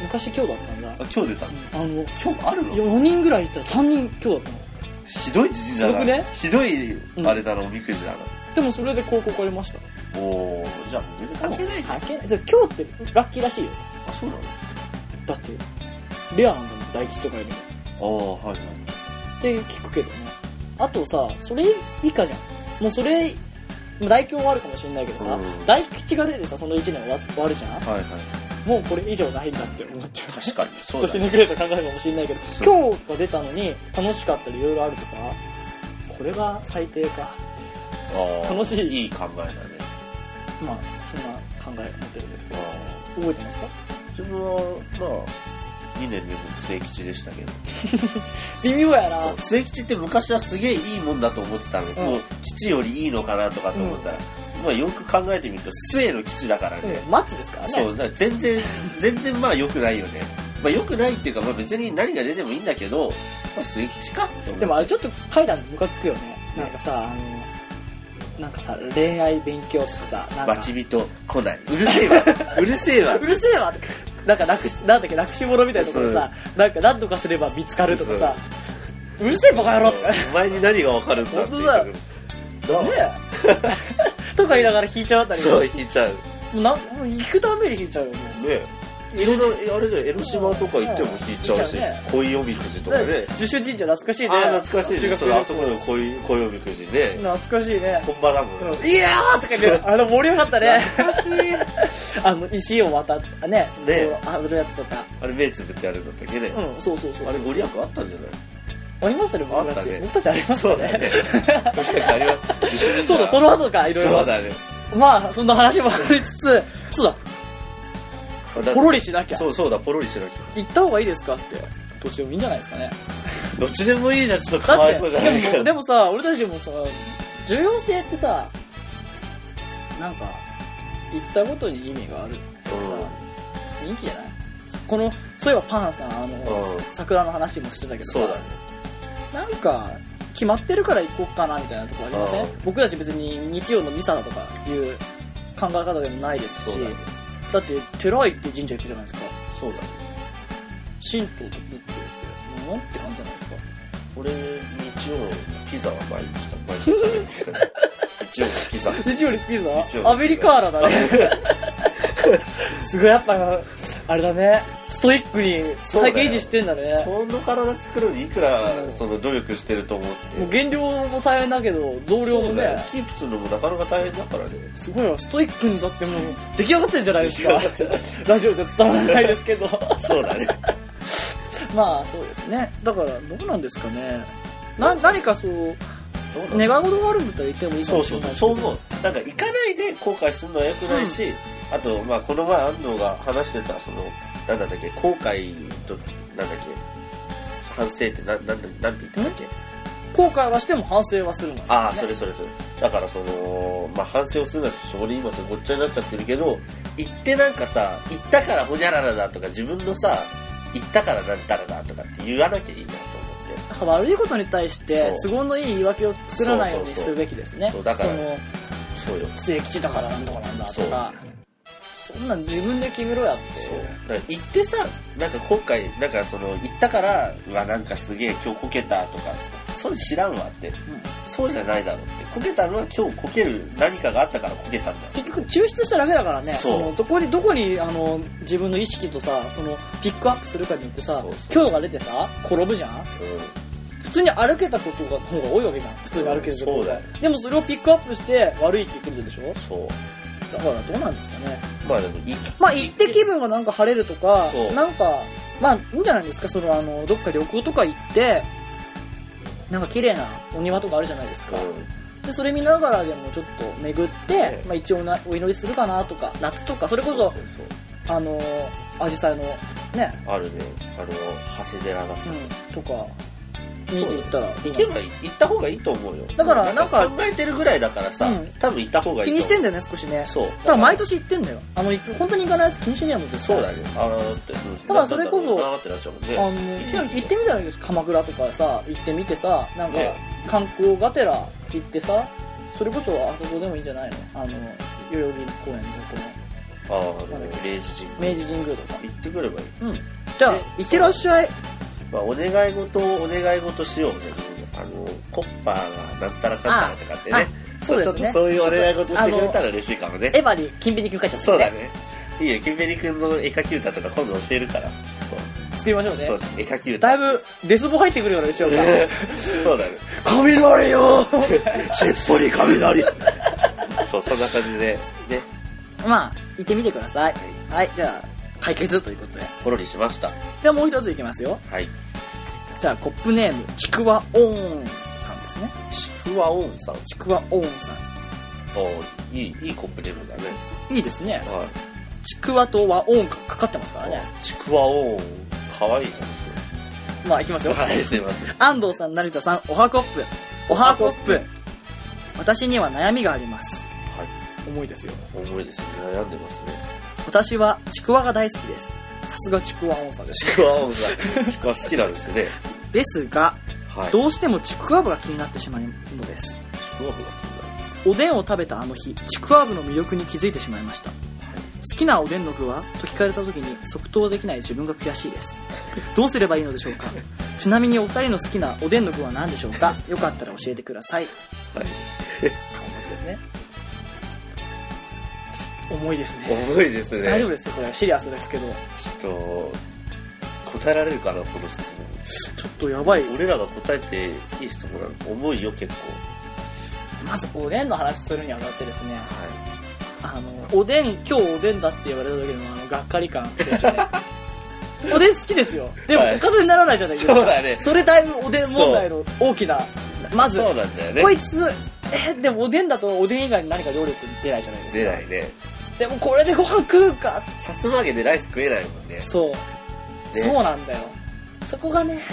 [SPEAKER 2] 昔今日だったんだ
[SPEAKER 1] あ、今日出たの
[SPEAKER 2] あの
[SPEAKER 1] 今日あるの
[SPEAKER 2] 4人ぐらいいたら3人今日だったの
[SPEAKER 1] ひどい時事だ
[SPEAKER 2] す
[SPEAKER 1] な。
[SPEAKER 2] ごくね
[SPEAKER 1] ひどい、あれだな、おみくじだな。
[SPEAKER 2] でもそれで広告ありました
[SPEAKER 1] おー、じゃあ全然関係ないじゃん。
[SPEAKER 2] 関係ないでも今日ってラッキーらしいよ
[SPEAKER 1] あ、そうなの
[SPEAKER 2] だってレアなんだもん大吉とかよりも
[SPEAKER 1] ああ、はいはい。
[SPEAKER 2] って聞くけどねあとさそれ以下じゃんもうそれまあ大凶はあるかもしれないけどさ、
[SPEAKER 1] うん
[SPEAKER 2] 大吉が出てさその1年終わ終わるじゃん
[SPEAKER 1] はいはい。
[SPEAKER 2] もうこれ以上ないんだって思っちゃう。
[SPEAKER 1] 確かに。そ
[SPEAKER 2] ちょ
[SPEAKER 1] う
[SPEAKER 2] っと
[SPEAKER 1] だ
[SPEAKER 2] ひ
[SPEAKER 1] ね。
[SPEAKER 2] ねくれた考えかもしれないけど、今日が出たのに楽しかったりいろいろあるとさ、これが最低か。
[SPEAKER 1] あー
[SPEAKER 2] 楽しい
[SPEAKER 1] いい考えだね。
[SPEAKER 2] まあ、そんな考えを持ってるんですけど
[SPEAKER 1] あ、
[SPEAKER 2] 覚えてますか
[SPEAKER 1] 自分は、まあ、2年連続末吉でしたけど。
[SPEAKER 2] 微妙や
[SPEAKER 1] そう
[SPEAKER 2] な。
[SPEAKER 1] 末吉って昔はすげえいいもんだと思ってたのに、
[SPEAKER 2] うん
[SPEAKER 1] もう吉よりいいのかなとかと思ったら、まあよく考えてみると末の吉だからね、
[SPEAKER 2] うん、松ですからね。
[SPEAKER 1] そうだから全然全然まあ良くないよねまあ良くないっていうか、まあ、別に何が出てもいいんだけど、まあ、末吉かって思う
[SPEAKER 2] でもあれちょっと階段ムカつくよね。なんかさ、あの、なんかさ、恋愛勉強とかさ、なんか
[SPEAKER 1] 待。ち人来ないうるせ えわうるせえわ
[SPEAKER 2] うるせえわってなんか楽し、なんだっけ、楽し者みたいなところでさ、なんか何とかすれば見つかるとかさ、うるせえバカ野郎とかね
[SPEAKER 1] お前に何が分かるんだって言ってくる
[SPEAKER 2] え とか言いながら引いちゃったりも
[SPEAKER 1] そう引いちゃうね
[SPEAKER 2] うなもう行くために引いちゃうよね。
[SPEAKER 1] いろいろあれで江ノ島とか行っても引いちゃうし
[SPEAKER 2] 引いちゃうね
[SPEAKER 1] 恋おみくじとかね
[SPEAKER 2] 自主神社懐かしいね。
[SPEAKER 1] ああ懐かしい
[SPEAKER 2] 修
[SPEAKER 1] ね
[SPEAKER 2] 学
[SPEAKER 1] そ
[SPEAKER 2] 旅
[SPEAKER 1] れ
[SPEAKER 2] 行
[SPEAKER 1] あそこの恋恋おみくじね
[SPEAKER 2] 懐かしいね。
[SPEAKER 1] 本場だもんね
[SPEAKER 2] うんいやーとか言って、あの盛り上がったね。 あの、石を渡って、ね、
[SPEAKER 1] ね
[SPEAKER 2] こうあるやつとか。
[SPEAKER 1] あれ目つぶってやるんだったっけね
[SPEAKER 2] うん、そうそうそう。
[SPEAKER 1] あれご利益あったんじゃない
[SPEAKER 2] ありましたね、僕
[SPEAKER 1] あ
[SPEAKER 2] た
[SPEAKER 1] ったね
[SPEAKER 2] ち。僕たちありまし
[SPEAKER 1] そう
[SPEAKER 2] た
[SPEAKER 1] だ
[SPEAKER 2] ね。
[SPEAKER 1] ね。確かにあれは。
[SPEAKER 2] そうだ、その後か、いろい
[SPEAKER 1] そ
[SPEAKER 2] ろ
[SPEAKER 1] う。だね。
[SPEAKER 2] まあ、そんな話もありつつ、そうだ、ポロリしなきゃ。
[SPEAKER 1] そうそうだ、ポロリしなき
[SPEAKER 2] 行った方がいいですかって。どっちでもいいんじゃないですかね。
[SPEAKER 1] ゃ。どっちでもいいじゃん、ちょっとか
[SPEAKER 2] だ
[SPEAKER 1] わ
[SPEAKER 2] っ
[SPEAKER 1] いそう
[SPEAKER 2] て、
[SPEAKER 1] じゃない
[SPEAKER 2] で
[SPEAKER 1] か
[SPEAKER 2] もでもさ、俺たちもさ、需要性ってさ、なんか、行ったことに意味があるってさ、人気じゃないこの、そういえばパンさん、あの、
[SPEAKER 1] うん。
[SPEAKER 2] 桜の話もしてたけどさ、
[SPEAKER 1] そうだね。
[SPEAKER 2] なんか、決まってるから行こうかなみたいなとこありませ
[SPEAKER 1] あ
[SPEAKER 2] ん
[SPEAKER 1] ー
[SPEAKER 2] 僕たち別に日曜のミサだとかいう考え方でもないですし、
[SPEAKER 1] そう
[SPEAKER 2] だ
[SPEAKER 1] だね。
[SPEAKER 2] って寺行って神社行くじゃないですか。
[SPEAKER 1] そうだね。
[SPEAKER 2] 神道と仏教って、もうなんて感じじゃないですか。
[SPEAKER 1] 俺、日曜、ピザは毎日食べ毎日食べて きた。日曜、ピザ。
[SPEAKER 2] 日曜にピ
[SPEAKER 1] 日曜
[SPEAKER 2] ザ
[SPEAKER 1] に
[SPEAKER 2] アメリカー ラだね。すごいやっぱ、あれだね、ストイックに
[SPEAKER 1] そうだ
[SPEAKER 2] 最
[SPEAKER 1] よ
[SPEAKER 2] 近維持してんだね。
[SPEAKER 1] この体作るのにいくら、その、努力してると思っ
[SPEAKER 2] もう
[SPEAKER 1] て。
[SPEAKER 2] 減量も大変だけど、増量も
[SPEAKER 1] そうだよ
[SPEAKER 2] ね、
[SPEAKER 1] キープするのもなかなか大変だからね。
[SPEAKER 2] すごいわ、ストイックにだってもう出来上がってるじゃないで すか。
[SPEAKER 1] そ
[SPEAKER 2] ラジオじゃ伝わらないです けど。
[SPEAKER 1] うだね。
[SPEAKER 2] まあそうですねだからどうなんですかねな何かそう
[SPEAKER 1] どうなの
[SPEAKER 2] 願い事があるんだったら言ってもいいか
[SPEAKER 1] そ
[SPEAKER 2] も
[SPEAKER 1] う
[SPEAKER 2] し
[SPEAKER 1] そ
[SPEAKER 2] れ
[SPEAKER 1] う
[SPEAKER 2] な
[SPEAKER 1] そ
[SPEAKER 2] い
[SPEAKER 1] そう
[SPEAKER 2] うですけど
[SPEAKER 1] 思うなんか行かないで後悔するのは良くないし、あとまあこの前安藤が話してたそのなんだったっけ後悔となんだっけ反省ってなんなんだなんて言ってたっけ
[SPEAKER 2] 後悔はしても反省はするの、ね、
[SPEAKER 1] ああそれそれそれだからそのまあ反省をするなってそこで今それごっちゃになっちゃってるけど行ってなんかさ行ったからほにゃららだとか自分のさ行ったからなんたらだとかって言わなきゃいいなと思って
[SPEAKER 2] だから悪いことに対して
[SPEAKER 1] そ
[SPEAKER 2] 都合のいい言い訳を作らないように
[SPEAKER 1] そうそうそう
[SPEAKER 2] するべきですね
[SPEAKER 1] そうだから
[SPEAKER 2] の
[SPEAKER 1] そうよ
[SPEAKER 2] 末吉だからなんとかなんだとかそんなん自分で決めろやって
[SPEAKER 1] そうだから行ってさなんか今回なんかその行ったからうわなんかすげえ今日こけたとかそれ知らんわって
[SPEAKER 2] うん
[SPEAKER 1] そうじゃないだろうってこけたのは今日こける何かがあったからこけたんだよ
[SPEAKER 2] 結局抽出しただけだからねそ
[SPEAKER 1] そう
[SPEAKER 2] のどこにどこにあの自分の意識とさそのピックアップするかによってさ
[SPEAKER 1] そうそう
[SPEAKER 2] 今日が出てさ転ぶじゃん普通に歩けたことが方が多いわけじゃん普通に歩けるとこ
[SPEAKER 1] そうだよ
[SPEAKER 2] でもそれをピックアップして悪いって言ってるでしょ
[SPEAKER 1] そう
[SPEAKER 2] だからどうなんですかね
[SPEAKER 1] まあでもいい
[SPEAKER 2] まあ行って気分がなんか晴れるとか
[SPEAKER 1] そう
[SPEAKER 2] なんかまあいいんじゃないですかそのあのどっか旅行とか行ってなんか綺麗なお庭とかあるじゃないですか、でそれ見ながらでもちょっと巡って、
[SPEAKER 1] ええ
[SPEAKER 2] まあ、一応なお祈りするかなとか夏とかそれこ
[SPEAKER 1] そう
[SPEAKER 2] そ
[SPEAKER 1] そうそう
[SPEAKER 2] あのアジサイのね
[SPEAKER 1] あるねあの長谷寺だ
[SPEAKER 2] うんとか見に行ったらいいんじゃ
[SPEAKER 1] 行
[SPEAKER 2] な
[SPEAKER 1] け
[SPEAKER 2] い
[SPEAKER 1] ばいい行った方がいいと思うよ
[SPEAKER 2] だからなんか
[SPEAKER 1] 考えてるぐらいだからさ、
[SPEAKER 2] うん
[SPEAKER 1] 多分行った方がいいと思
[SPEAKER 2] 気
[SPEAKER 1] う
[SPEAKER 2] にしてんだよね少しね
[SPEAKER 1] そう
[SPEAKER 2] だから毎年行ってんだよ。あの、行く本当に行かないやつ気にしねえもん、絶対
[SPEAKER 1] そうだねあのってだ
[SPEAKER 2] からそれこそ
[SPEAKER 1] なーってなっちゃうもんね
[SPEAKER 2] あの、
[SPEAKER 1] 行けばいいと思う
[SPEAKER 2] 行ってみたらいいです鎌倉とかさ、行ってみてさ、なんか
[SPEAKER 1] ね、
[SPEAKER 2] 観光がてら行ってさ、それこそあそこでもいいんじゃないのあの、代々木公園の
[SPEAKER 1] ああ、明治神
[SPEAKER 2] この、明治神宮とか。
[SPEAKER 1] 行ってくればいい。
[SPEAKER 2] うん。じゃあ
[SPEAKER 1] え、
[SPEAKER 2] 行ってらっしゃい。
[SPEAKER 1] まあ、お願い事をお願い事しようぜ。あの、コッパーがなんたらかんたらとかって
[SPEAKER 2] あ
[SPEAKER 1] ね。
[SPEAKER 2] そうです
[SPEAKER 1] ちょっ
[SPEAKER 2] ね
[SPEAKER 1] と。そういうお願い事してくれ
[SPEAKER 2] ちょ
[SPEAKER 1] たら嬉しいかもね。
[SPEAKER 2] エヴァに金瓶に書いちゃった、
[SPEAKER 1] そうだ。ね。いいよ、キンベリ君の絵描き歌とか今度教えるから。そう。
[SPEAKER 2] 作りましょうね
[SPEAKER 1] そう。、絵描き歌。
[SPEAKER 2] だいぶ、デスボ入ってくるようなでしょうか。
[SPEAKER 1] そうだね。
[SPEAKER 2] 雷よ
[SPEAKER 1] しっぽり雷。 そう、そんな感じで。ね。
[SPEAKER 2] まあ、行ってみてください。はい、じゃあ、解決ということで。
[SPEAKER 1] ほろりしました。
[SPEAKER 2] ではもう一ついきますよ。
[SPEAKER 1] はい。
[SPEAKER 2] じゃあ、コップネーム、ちくわオーンさんですね。
[SPEAKER 1] ちくわおんさん。
[SPEAKER 2] ちくわオーンさ
[SPEAKER 1] おーいい、いいコップネームだね。
[SPEAKER 2] ん。いいですね。
[SPEAKER 1] は
[SPEAKER 2] ちくわと和オーンがかかってますから
[SPEAKER 1] い。
[SPEAKER 2] ね。
[SPEAKER 1] ちくわおん。かわいいじゃん、そ
[SPEAKER 2] まあ、いきます
[SPEAKER 1] れ
[SPEAKER 2] よ。
[SPEAKER 1] はい、すいません。
[SPEAKER 2] 安藤さん、成田さん、おはコップ。おはコップ。私には悩みがあります。
[SPEAKER 1] はい。
[SPEAKER 2] 重いですよ。
[SPEAKER 1] 重いですね。悩んでますね。
[SPEAKER 2] 私はちくわが大好きです。さすがちくわオンさんです。
[SPEAKER 1] ちくわおんさん。ちくわ好きなんですね。
[SPEAKER 2] ですが、
[SPEAKER 1] はい。
[SPEAKER 2] どうしてもちくわぶが気になってしまうのです。
[SPEAKER 1] ちくわぶが気になる
[SPEAKER 2] おでんを食べたあの日、ちくわぶの魅力に気づいてしまいました。好きなおでんの具はと聞かれた時に即答できない自分が悔しい です。どうすればいいのでしょうかちなみにお二人の好きなおでんの具は何でしょうかよかったら教えてください。
[SPEAKER 1] はい。
[SPEAKER 2] 感じですね。重いですね。
[SPEAKER 1] 重いですね。
[SPEAKER 2] 大丈夫ですよ、これ。シリアスですけど。
[SPEAKER 1] ちょっと、答えられるかな、この質
[SPEAKER 2] ちょっとやばい。
[SPEAKER 1] 問。俺らが答えていい質問なの重いよ、結構。
[SPEAKER 2] まず、おでんの話するにあたってですね、
[SPEAKER 1] は
[SPEAKER 2] あの、おでん、今日おでんだって言われた時の、あの、がっかり感ですね。おでん好きですよ。でも
[SPEAKER 1] は、い
[SPEAKER 2] おかずにならないじゃないですか。
[SPEAKER 1] そうだね
[SPEAKER 2] それだいぶおでん問題の大きな、まず、
[SPEAKER 1] そうなんだよね。
[SPEAKER 2] こいつ、え、でもおでんだとおでん以外に何か料理って出ないじゃないですか。
[SPEAKER 1] 出ないね。
[SPEAKER 2] でもこれでご飯食うかって
[SPEAKER 1] さつま揚げでライス食えないもんね。
[SPEAKER 2] そう、
[SPEAKER 1] ね
[SPEAKER 2] そうなんだよ。そこがね、
[SPEAKER 1] めっ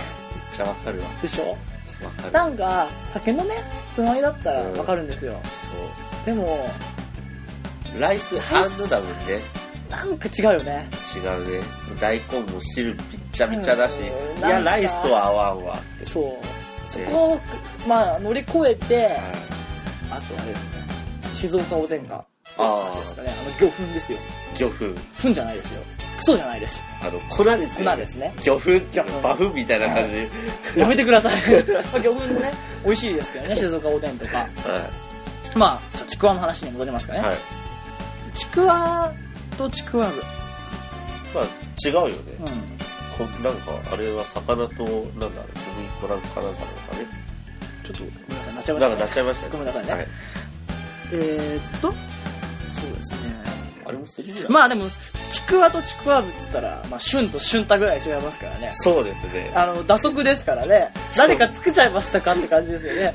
[SPEAKER 1] ちゃわかるわ。
[SPEAKER 2] でしょ
[SPEAKER 1] わかる。
[SPEAKER 2] なんか、酒のね、つまみだったらわかるんですよ。
[SPEAKER 1] そ
[SPEAKER 2] でも、
[SPEAKER 1] う。ライスアンドだもんね。
[SPEAKER 2] なんか違うよね。
[SPEAKER 1] 違うね。大根も汁びっちゃびちゃだし。
[SPEAKER 2] うん
[SPEAKER 1] い
[SPEAKER 2] な
[SPEAKER 1] や、
[SPEAKER 2] んか
[SPEAKER 1] ライスとは合わんわ。
[SPEAKER 2] そう。そこを、まあ、乗り越えて、
[SPEAKER 1] はい
[SPEAKER 2] あとあれですね、静岡おでんか。
[SPEAKER 1] あ
[SPEAKER 2] 話
[SPEAKER 1] ー
[SPEAKER 2] ですかね。あの、魚粉ですよ。
[SPEAKER 1] 魚粉。
[SPEAKER 2] 粉じゃないですよ。クソじゃないです。
[SPEAKER 1] あの、粉ですね。
[SPEAKER 2] 粉ですね。
[SPEAKER 1] 魚粉っていう
[SPEAKER 2] 魚
[SPEAKER 1] の
[SPEAKER 2] 粉
[SPEAKER 1] バフみたいな感じ。
[SPEAKER 2] やめてくださ い。まあ、魚粉ね、美味しいですけどね、静岡おでんとか。
[SPEAKER 1] は
[SPEAKER 2] まあ、じゃあちくわの話に戻りますか
[SPEAKER 1] い。
[SPEAKER 2] ね。
[SPEAKER 1] はい。
[SPEAKER 2] ちくわとちくわぶ。
[SPEAKER 1] まあ、違うよね。
[SPEAKER 2] うん。
[SPEAKER 1] こなんか、あれは魚と、なんだ、あれ小麦粉なんかなんかなんかね。
[SPEAKER 2] ちょっと、ごめんなさい、なっち
[SPEAKER 1] な
[SPEAKER 2] ゃいました
[SPEAKER 1] ん
[SPEAKER 2] ね
[SPEAKER 1] かなっちゃいましたね。
[SPEAKER 2] ごめんなさいね
[SPEAKER 1] はい。
[SPEAKER 2] えー、っと、そうですね。
[SPEAKER 1] あれもするじゃん。
[SPEAKER 2] まあでも、ちくわとちくわぶっつったら、まあ、旬と旬太ぐらい違いますからね。
[SPEAKER 1] そうですね。
[SPEAKER 2] あの、打足ですからね。
[SPEAKER 1] そう
[SPEAKER 2] 誰か作っちゃいましたかって感じですよね。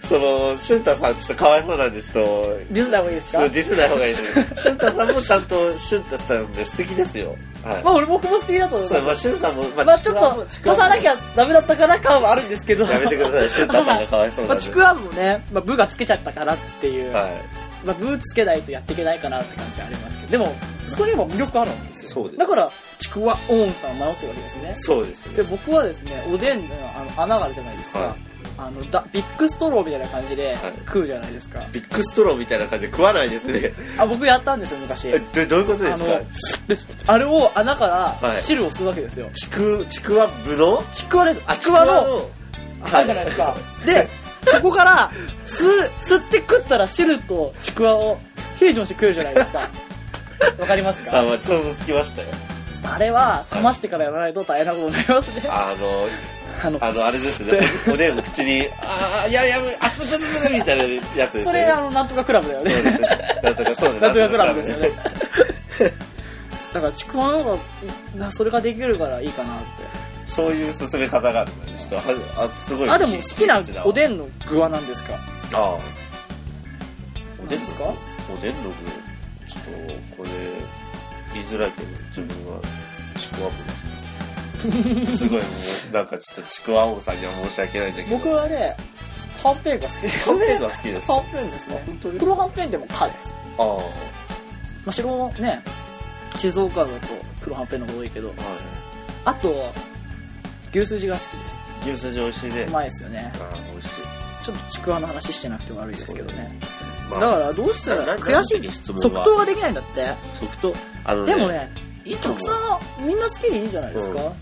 [SPEAKER 1] その、俊太さん、ちょっとかわいそうなんで、ちょっと、
[SPEAKER 2] ディズナーもいいです
[SPEAKER 1] ちょっ
[SPEAKER 2] か
[SPEAKER 1] とディスない方がいいですね。俊太さんもちゃんと俊太さんで素敵ですよ。はい。
[SPEAKER 2] まあ、俺僕も好きだと思い
[SPEAKER 1] そう、ま
[SPEAKER 2] ま
[SPEAKER 1] あ、俊さんも、まあ
[SPEAKER 2] す。まあ、ちょっと、
[SPEAKER 1] ちくわ
[SPEAKER 2] 足
[SPEAKER 1] も
[SPEAKER 2] さなきゃダメだったかな感はあるんですけど。
[SPEAKER 1] やめてください、俊太さんがかわいそう
[SPEAKER 2] ま
[SPEAKER 1] なん
[SPEAKER 2] あ、
[SPEAKER 1] で。
[SPEAKER 2] ちくわぶもね、まあ、ブがつけちゃったからっていう、
[SPEAKER 1] はい。
[SPEAKER 2] まあ、ブつけないとやっていけないかなって感じはありますけど、でも、そこにも魅力あるわけですよ。
[SPEAKER 1] そうです
[SPEAKER 2] だから、ちくわオーンさんを迷ってるわけですね。
[SPEAKER 1] そうです
[SPEAKER 2] で
[SPEAKER 1] ね。
[SPEAKER 2] 僕はですねおでんのあの穴があるじゃないですか、
[SPEAKER 1] はい
[SPEAKER 2] あのだビッグストローみたいな感じで
[SPEAKER 1] はい
[SPEAKER 2] 食うじゃないですか、
[SPEAKER 1] ビッグストローみたいな感じで食わないですね。
[SPEAKER 2] あ僕やったんですよ昔
[SPEAKER 1] え、どどういうことです
[SPEAKER 2] あ
[SPEAKER 1] か
[SPEAKER 2] のですあれを穴か
[SPEAKER 1] は
[SPEAKER 2] ら
[SPEAKER 1] い
[SPEAKER 2] 汁を吸うわけですよ、
[SPEAKER 1] ちく、ちくわぶの
[SPEAKER 2] ちくわです
[SPEAKER 1] あ
[SPEAKER 2] ちくわの
[SPEAKER 1] の
[SPEAKER 2] あるじゃないですか、でそこから吸吸って食ったら汁とちくわをフュージョンして食えるじゃないです かわかります
[SPEAKER 1] あ、
[SPEAKER 2] か
[SPEAKER 1] まあ、想像つきましたよ。
[SPEAKER 2] あれは冷ましてからやらないと大変なことになりますね
[SPEAKER 1] あの、
[SPEAKER 2] あの
[SPEAKER 1] あの、あれです ね。おおでんの口に、あー、やべやべ、熱く熱くみたいなやつですね。
[SPEAKER 2] それあの なんとかクラブだよ
[SPEAKER 1] そう
[SPEAKER 2] ね
[SPEAKER 1] ですね。なんとか、そうです
[SPEAKER 2] なんとかクラブですよね。だからちくわの方がなそれができるからいいかなって
[SPEAKER 1] そういう進め方があるんだね。ちょっとは、あ、すごい。
[SPEAKER 2] あでも好きなお
[SPEAKER 1] ん。
[SPEAKER 2] でんの具は何ですか
[SPEAKER 1] ああ。
[SPEAKER 2] おでんですか
[SPEAKER 1] おでんの具、ちょっと、これ、言いづらいけど、自分は、ちくわぶです。すごい、もう、なんかちょっと、ちくわ王さんには申し訳ないんだけど。
[SPEAKER 2] 僕はねはんぺんが好きです
[SPEAKER 1] はんぺん
[SPEAKER 2] ね
[SPEAKER 1] が好きです。
[SPEAKER 2] はんぺんですね
[SPEAKER 1] 本当ですか
[SPEAKER 2] 黒はんぺんでもかです、ま
[SPEAKER 1] ああ。は
[SPEAKER 2] あ、白もね静岡だと黒はんぺんの方が多いけどあと牛すじが好きです
[SPEAKER 1] い。牛すじ美味しいね
[SPEAKER 2] う。まいですよね
[SPEAKER 1] ああ、美味しい。
[SPEAKER 2] ちょっとちくわの話してなくて悪いですけどね
[SPEAKER 1] ま
[SPEAKER 2] だ
[SPEAKER 1] あ
[SPEAKER 2] からどうしたら
[SPEAKER 1] な
[SPEAKER 2] 悔し
[SPEAKER 1] 何の時
[SPEAKER 2] い
[SPEAKER 1] に質問は
[SPEAKER 2] 即答ができないんだって
[SPEAKER 1] 即答あの
[SPEAKER 2] でもね
[SPEAKER 1] いいと
[SPEAKER 2] た
[SPEAKER 1] 思う
[SPEAKER 2] くさんみんな好きでいいじゃないですか、
[SPEAKER 1] う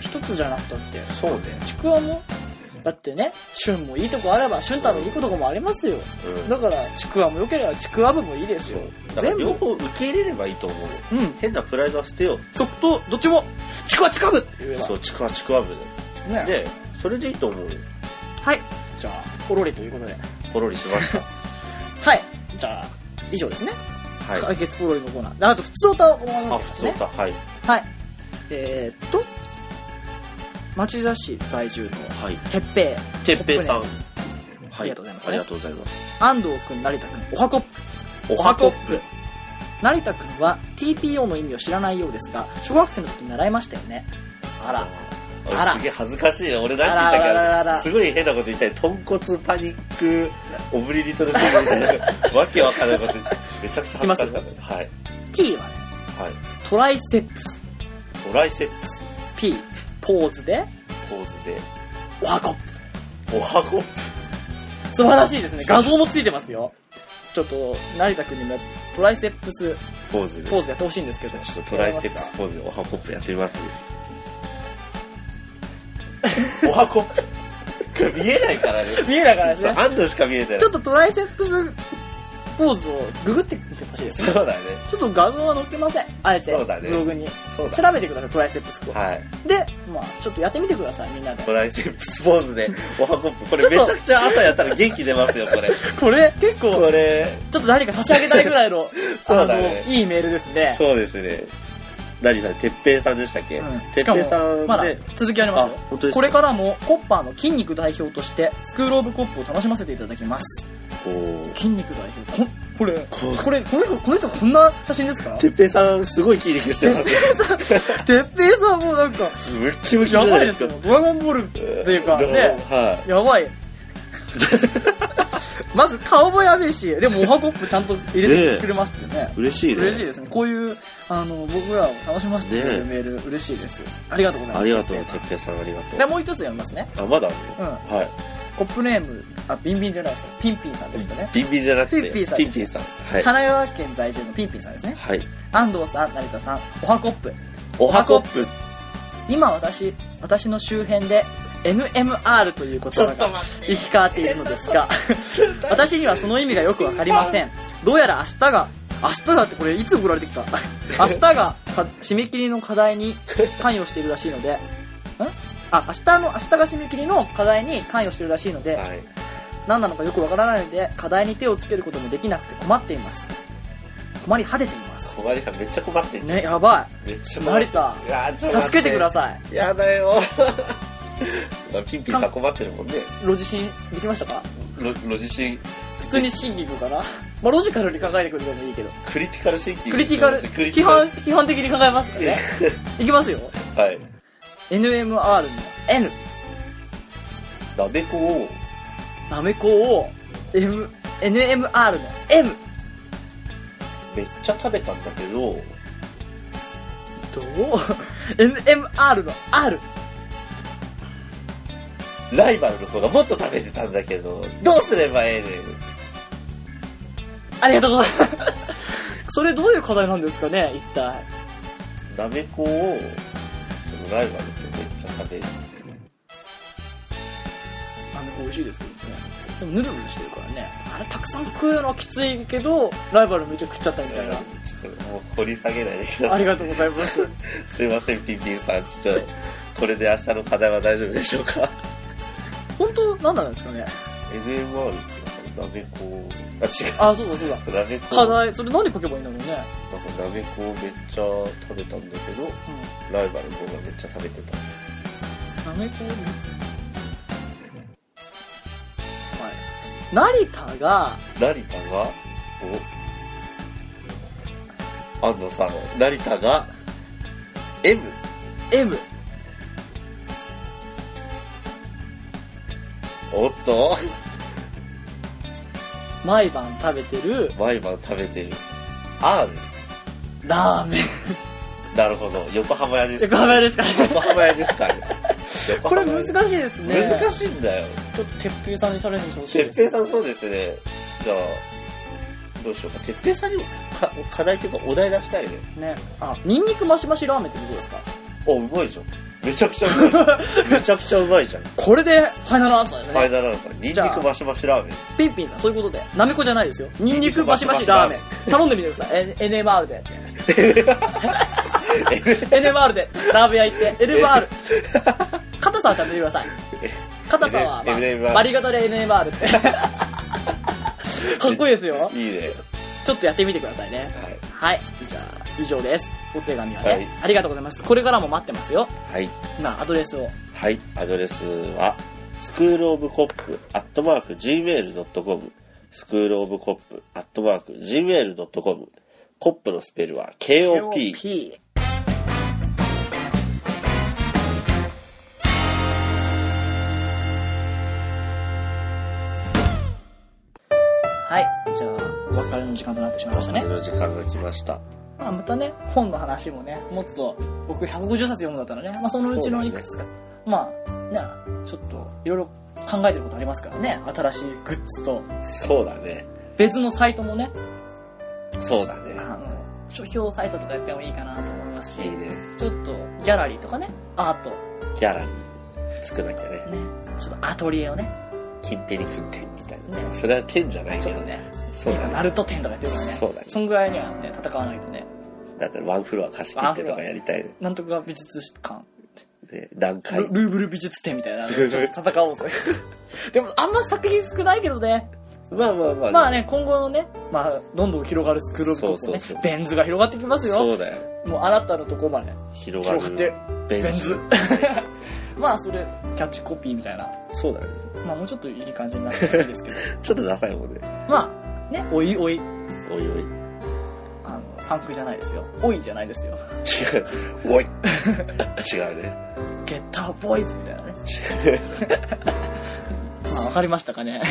[SPEAKER 2] ひ一つじゃなくたって
[SPEAKER 1] そうね
[SPEAKER 2] ちくわもだってね旬もいいとこあれば旬太のいいとこもありますよ
[SPEAKER 1] うん
[SPEAKER 2] だからちくわも良ければちくわ部もいいです
[SPEAKER 1] そ
[SPEAKER 2] よ
[SPEAKER 1] うだから
[SPEAKER 2] 全
[SPEAKER 1] 両
[SPEAKER 2] 部
[SPEAKER 1] 方受け入れればいいと思うよ
[SPEAKER 2] うん
[SPEAKER 1] 変なプライドは捨てよう
[SPEAKER 2] 即答どっちもちくわちくわ部って言えば
[SPEAKER 1] そうちくわちくわぶ
[SPEAKER 2] ね
[SPEAKER 1] ででそれでいいと思うよ
[SPEAKER 2] はいじゃあほろりということで
[SPEAKER 1] ポロリしま した
[SPEAKER 2] はいじゃあ以上ですね、
[SPEAKER 1] はい
[SPEAKER 2] 解決ポロリのコーナーであと普通歌をお願いし
[SPEAKER 1] あ
[SPEAKER 2] ま
[SPEAKER 1] 普
[SPEAKER 2] す
[SPEAKER 1] 通
[SPEAKER 2] ね
[SPEAKER 1] かはい
[SPEAKER 2] はい。えーっと、町田市在住の
[SPEAKER 1] はい。
[SPEAKER 2] 鉄平、
[SPEAKER 1] てっぺいさん。はい。
[SPEAKER 2] ありがとうございます
[SPEAKER 1] ありがとうございます。
[SPEAKER 2] 安藤くん、成田くん、おはこっぷ。
[SPEAKER 1] おはこっぷ。
[SPEAKER 2] 成田くんは TPO の意味を知らないようですが、小学生の時に習いましたよね。あら、あ
[SPEAKER 1] 俺
[SPEAKER 2] ら
[SPEAKER 1] すげえ恥ずかしいな。俺なんて言った
[SPEAKER 2] あらあら
[SPEAKER 1] か
[SPEAKER 2] あらあら
[SPEAKER 1] すごい変なこと言いたい。豚骨パニック、オブリリトルスみ たいな、わけわからないこと。めちゃくちゃ恥ずかしかったね。はい。
[SPEAKER 2] T はね、
[SPEAKER 1] はい。
[SPEAKER 2] トライセップス。
[SPEAKER 1] トライセップス
[SPEAKER 2] P、ポーズで、
[SPEAKER 1] ポーズで、
[SPEAKER 2] おはこっぷ。
[SPEAKER 1] おはこっ
[SPEAKER 2] 素晴らしいですね。画像もついてますよ。ちょっと、成田くんにもやっトライセップス
[SPEAKER 1] ぷポーズで。
[SPEAKER 2] ポーズやってほしいんですけど。
[SPEAKER 1] ちょっとトライステップスポーズでおはコップやってみます、おはコップ見えないからね。
[SPEAKER 2] 見えないからですね。
[SPEAKER 1] 安藤しか見えてない。
[SPEAKER 2] ちょっとトライセップスポーズをググってみてほしいです。
[SPEAKER 1] そうだね。
[SPEAKER 2] ちょっと画像は載ってません。あえて、
[SPEAKER 1] そうだね
[SPEAKER 2] ブログに。
[SPEAKER 1] そうだ
[SPEAKER 2] 調べてください、トライセップスポーズ。
[SPEAKER 1] はい。
[SPEAKER 2] で、まあちょっとやってみてください、みんなで。
[SPEAKER 1] トライセップスポーズで、おはコップ。こ
[SPEAKER 2] ちょ
[SPEAKER 1] れ
[SPEAKER 2] っ
[SPEAKER 1] め
[SPEAKER 2] と
[SPEAKER 1] ちゃくちゃ朝やったら元気出ますよ、これ。
[SPEAKER 2] これ、結構、
[SPEAKER 1] これ、
[SPEAKER 2] ちょっと誰か差し上げたいぐらいの、
[SPEAKER 1] そうだね
[SPEAKER 2] あの、いいメールですね。
[SPEAKER 1] そうですね。何さん、てっぺいさんでしたっけ
[SPEAKER 2] うん
[SPEAKER 1] てっぺいさん
[SPEAKER 2] まだ
[SPEAKER 1] で、
[SPEAKER 2] 続きありますよ。
[SPEAKER 1] 本当です
[SPEAKER 2] これからもコッパーの筋肉代表としてスクールオブコップを楽しませていただきます。
[SPEAKER 1] おー
[SPEAKER 2] 筋肉代表こんこれ、
[SPEAKER 1] こ
[SPEAKER 2] これ、この人、この人こんな写真ですか
[SPEAKER 1] てっぺいさん、すごい筋肉してますよ。
[SPEAKER 2] てっぺいさんもなんか、
[SPEAKER 1] ムッキムキじゃ
[SPEAKER 2] や
[SPEAKER 1] ない
[SPEAKER 2] ば
[SPEAKER 1] で
[SPEAKER 2] いですす
[SPEAKER 1] か
[SPEAKER 2] よ。。ドラゴンボールっていうか、
[SPEAKER 1] どう
[SPEAKER 2] ね、
[SPEAKER 1] はい。
[SPEAKER 2] や ばい。まず顔もやべえし、でもおはコップちゃんと入れてくれましてね。
[SPEAKER 1] 嬉しいね。
[SPEAKER 2] 嬉しいですね。こういう、あの、僕らを楽しませてくれるメール、嬉しいです。ありがとうございます。
[SPEAKER 1] ありがとう、
[SPEAKER 2] 哲
[SPEAKER 1] て
[SPEAKER 2] 平
[SPEAKER 1] っぺいさんありが
[SPEAKER 2] さん
[SPEAKER 1] と
[SPEAKER 2] で、
[SPEAKER 1] う。
[SPEAKER 2] もう一つ読みますね。
[SPEAKER 1] あ、まだある
[SPEAKER 2] うん。
[SPEAKER 1] のはい。
[SPEAKER 2] コップネーム、あ、ビンビンじゃないです。ピンピンさんでしたね。
[SPEAKER 1] ビンビンじゃなくて、
[SPEAKER 2] ピンピンさん
[SPEAKER 1] ピンピンさん。はい
[SPEAKER 2] 神。奈川県在住のピンピンさんですね。
[SPEAKER 1] はい。
[SPEAKER 2] 安藤さん、成田さん、おはコップ。
[SPEAKER 1] おはコップ。
[SPEAKER 2] 今私、私の周辺で NMR という言葉が
[SPEAKER 1] 待っ
[SPEAKER 2] 生き交っているので すが、私にはその意味がよくわかりません。どうやら明日が、明日がってこれいつ送られて きた明日がか締め切りの課題に関与しているらしいので、んあ、明日の、明日が締め切りの課題に関与しているらしいので、
[SPEAKER 1] はい。
[SPEAKER 2] 何なのかよくわからないので、課題に手をつけることもできなくて困っています。困り果てています。
[SPEAKER 1] 困りか、めっちゃ困ってんじゃん。
[SPEAKER 2] ね、やば
[SPEAKER 1] めっちゃ
[SPEAKER 2] い。
[SPEAKER 1] 困
[SPEAKER 2] 成
[SPEAKER 1] る。
[SPEAKER 2] 田、
[SPEAKER 1] いやーちょっと
[SPEAKER 2] 助けてくだ
[SPEAKER 1] さ
[SPEAKER 2] さい。
[SPEAKER 1] い。やだよ。 まあピンピンさん困ってるもんね。
[SPEAKER 2] ロジシンできましたか
[SPEAKER 1] ロロジシン、
[SPEAKER 2] 普通にシンキングかなまあロジカルに考えてくれてもいいけど。
[SPEAKER 1] クリティカルシンキング。
[SPEAKER 2] クリティカル、
[SPEAKER 1] クリテ
[SPEAKER 2] 基
[SPEAKER 1] ィカ
[SPEAKER 2] 本
[SPEAKER 1] ル。、
[SPEAKER 2] 基本的に考えますからね。いきますよ。
[SPEAKER 1] はい。
[SPEAKER 2] NMR の N、
[SPEAKER 1] なめこを、
[SPEAKER 2] なめこを、M、NMR の M。
[SPEAKER 1] めっちゃ食べたんだけど、
[SPEAKER 2] どう ?NMR の R。
[SPEAKER 1] ライバルの子がもっと食べてたんだけど、どうすればええねん。
[SPEAKER 2] ありがとうござい ます。それどういう課題なんですかね一体。
[SPEAKER 1] なめこを、そのライバルとめっちゃ食べて
[SPEAKER 2] なめこ美味しいですけどね。でもヌルヌルしてるからね。あれたくさん食うのはきついけど、ライバルめっちゃ食っちゃったみたいな。
[SPEAKER 1] ちょっともう掘り下げないでくだ
[SPEAKER 2] あ
[SPEAKER 1] さい
[SPEAKER 2] り。がとうございます。
[SPEAKER 1] すいません、ピンピンさん。ちょっと、これで明日の課題は大丈夫でしょうか
[SPEAKER 2] 本当なんなんですかね
[SPEAKER 1] ?NMR ってなんか、なめこあ、違う。
[SPEAKER 2] あ、そうだそうだ。
[SPEAKER 1] そうなめこ
[SPEAKER 2] 課
[SPEAKER 1] なんか
[SPEAKER 2] 題、それ何書けばいいんだろうね。
[SPEAKER 1] なめこをめっちゃ食べたんだけど、
[SPEAKER 2] う
[SPEAKER 1] ライバルの方がめっちゃ食べてた。
[SPEAKER 2] ん。なめこはい。成田が、
[SPEAKER 1] 成田が、お、安藤さん、成田が、M。
[SPEAKER 2] M。
[SPEAKER 1] おっと、
[SPEAKER 2] 毎晩食べてる
[SPEAKER 1] 毎晩食べてる。R。
[SPEAKER 2] ラーメン。
[SPEAKER 1] なるほど。横浜屋です
[SPEAKER 2] 横浜屋ですかね
[SPEAKER 1] 横浜屋ですかね。横
[SPEAKER 2] これ
[SPEAKER 1] 浜屋
[SPEAKER 2] 難しいですね。
[SPEAKER 1] 難
[SPEAKER 2] しい。
[SPEAKER 1] しいんだよ。
[SPEAKER 2] ちょっと、鉄平さんにチャレンジしてほしい
[SPEAKER 1] て
[SPEAKER 2] で
[SPEAKER 1] っ
[SPEAKER 2] す。
[SPEAKER 1] ぺいさんそうですね。じゃあ、どうしようか。てっぺいさんにもか課題というかお題出したいね。
[SPEAKER 2] ね。あ、ニンニクマシマシラーメンってどうですか
[SPEAKER 1] あ、うまいじゃん。めちゃくちゃうまいじ ゃん。めちゃくちゃうまいじゃん。フ
[SPEAKER 2] これで、ファイナルアンサーですね。
[SPEAKER 1] ァイナルアンサー。ニンニ
[SPEAKER 2] じゃあ
[SPEAKER 1] クマシマシラーメン。
[SPEAKER 2] ピンピンさん、そういうことで。なめこじゃないですよ。ニンニクマシマシラーメン。頼んでみてください。N- NMR で。NMR で、ラーメン屋行って。NMR。硬さはちゃんと言ってください。硬さは、ま
[SPEAKER 1] NMR
[SPEAKER 2] あ、バリ型で NMR って。かっこいいですよ。
[SPEAKER 1] いいね。
[SPEAKER 2] ちょっとやってみてくださいね。
[SPEAKER 1] はい。
[SPEAKER 2] はい。じゃあ、以上です。お手紙はね、
[SPEAKER 1] はい
[SPEAKER 2] ありがとうございます。これからも待ってますよ。
[SPEAKER 1] はい。
[SPEAKER 2] な、アドレスを。
[SPEAKER 1] はい。アドレスは、スクールオブコップアットマーク Gmail.com。スクールオブコップアットマーク Gmail.com。コップのスペルは KOP。
[SPEAKER 2] P。はい。じゃあ、お別れの時間となってしまいましたね。
[SPEAKER 1] の時間が来ました。
[SPEAKER 2] まあ、またね、本の話もね、もっと、僕150冊読むんだったらね、まあ、そのうちのいくつか、まあ、ね、ちょっと、いろいろ考えてることありますからね、新しいグッズと、
[SPEAKER 1] そうだね。
[SPEAKER 2] 別のサイトもね、
[SPEAKER 1] そうだね
[SPEAKER 2] あの、書評サイトとかやってもいいかなと思いますし、
[SPEAKER 1] いいね。
[SPEAKER 2] ちょっと、ギャラリーとかね、アート、
[SPEAKER 1] ギャラリー作らなきゃね。
[SPEAKER 2] ね、ちょっとアトリエをね、
[SPEAKER 1] 金ペリ君店みたいな。
[SPEAKER 2] ね
[SPEAKER 1] それは店じゃない
[SPEAKER 2] ち
[SPEAKER 1] け
[SPEAKER 2] ょっ
[SPEAKER 1] ど
[SPEAKER 2] と。ね、
[SPEAKER 1] そう
[SPEAKER 2] 今、ナ
[SPEAKER 1] だね。
[SPEAKER 2] ルト展とかやってるからね、
[SPEAKER 1] そうだね
[SPEAKER 2] そんぐらいにはね、戦わないとね、
[SPEAKER 1] だったらワンフロア貸し切ってとかやりたいね。
[SPEAKER 2] なんとか美術館、
[SPEAKER 1] ね段階。
[SPEAKER 2] ルルーブル美術展みたいなのをちょっと戦おうぜ。 でも、あんま作品少ないけどね、
[SPEAKER 1] まあまあまあ、
[SPEAKER 2] まあね、今後のね、まあ、どんどん広がるスクロールとね
[SPEAKER 1] そうそうそう
[SPEAKER 2] ベン図が広がってきますよ。
[SPEAKER 1] そうだよ。
[SPEAKER 2] もうあなたのとこまで
[SPEAKER 1] 広がる。
[SPEAKER 2] 広がって、
[SPEAKER 1] ベ
[SPEAKER 2] ベン図。 まあ、それ、キャッチコピーみたいな。
[SPEAKER 1] そうだね。
[SPEAKER 2] まあ、もうちょっといい感じになってもいいです けど。
[SPEAKER 1] ちょっとダサいもんね。
[SPEAKER 2] まあ、ね、おいおい、
[SPEAKER 1] おいおい。
[SPEAKER 2] あの、パンクじゃないですよ。おいじゃないですよ。
[SPEAKER 1] 違う。おい 違うね。
[SPEAKER 2] ゲッターボーイズみたいなね。
[SPEAKER 1] 違 う。
[SPEAKER 2] まあ、わかりましたかね。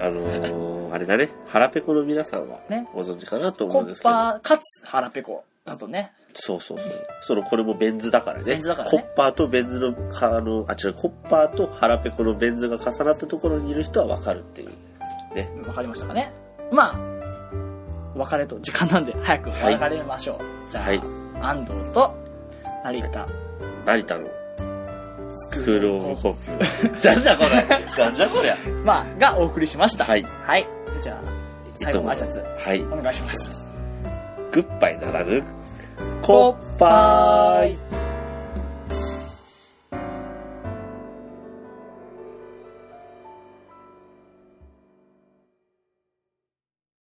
[SPEAKER 1] あのー、あれだね。腹ペコの皆さんは
[SPEAKER 2] ね、
[SPEAKER 1] ご存知かなと思
[SPEAKER 2] コ
[SPEAKER 1] うんで
[SPEAKER 2] ッ
[SPEAKER 1] すけど。
[SPEAKER 2] パーかつ腹ペコだとね。
[SPEAKER 1] そうそうそう。その、これもベン図だからね。
[SPEAKER 2] ベン図だからね
[SPEAKER 1] コッパーとベン図の、かあの、あ、違う、コッパーと腹ペコのベン図が重なったところにいる人はわかるっていう。
[SPEAKER 2] わかりましたかね。まあ、お別れと時間なんで早く
[SPEAKER 1] はい
[SPEAKER 2] 別れましょう。じゃあ、
[SPEAKER 1] はい
[SPEAKER 2] 安藤と成田、
[SPEAKER 1] 成田の
[SPEAKER 2] ス
[SPEAKER 1] スクールオブコッ プ。なんだこれなんじゃこりゃ。
[SPEAKER 2] まあ、がお送りしました。
[SPEAKER 1] はい。
[SPEAKER 2] はい。じゃあ、最後の挨拶
[SPEAKER 1] はい。
[SPEAKER 2] お願いします。
[SPEAKER 1] グッバイならぬ、コッパーイ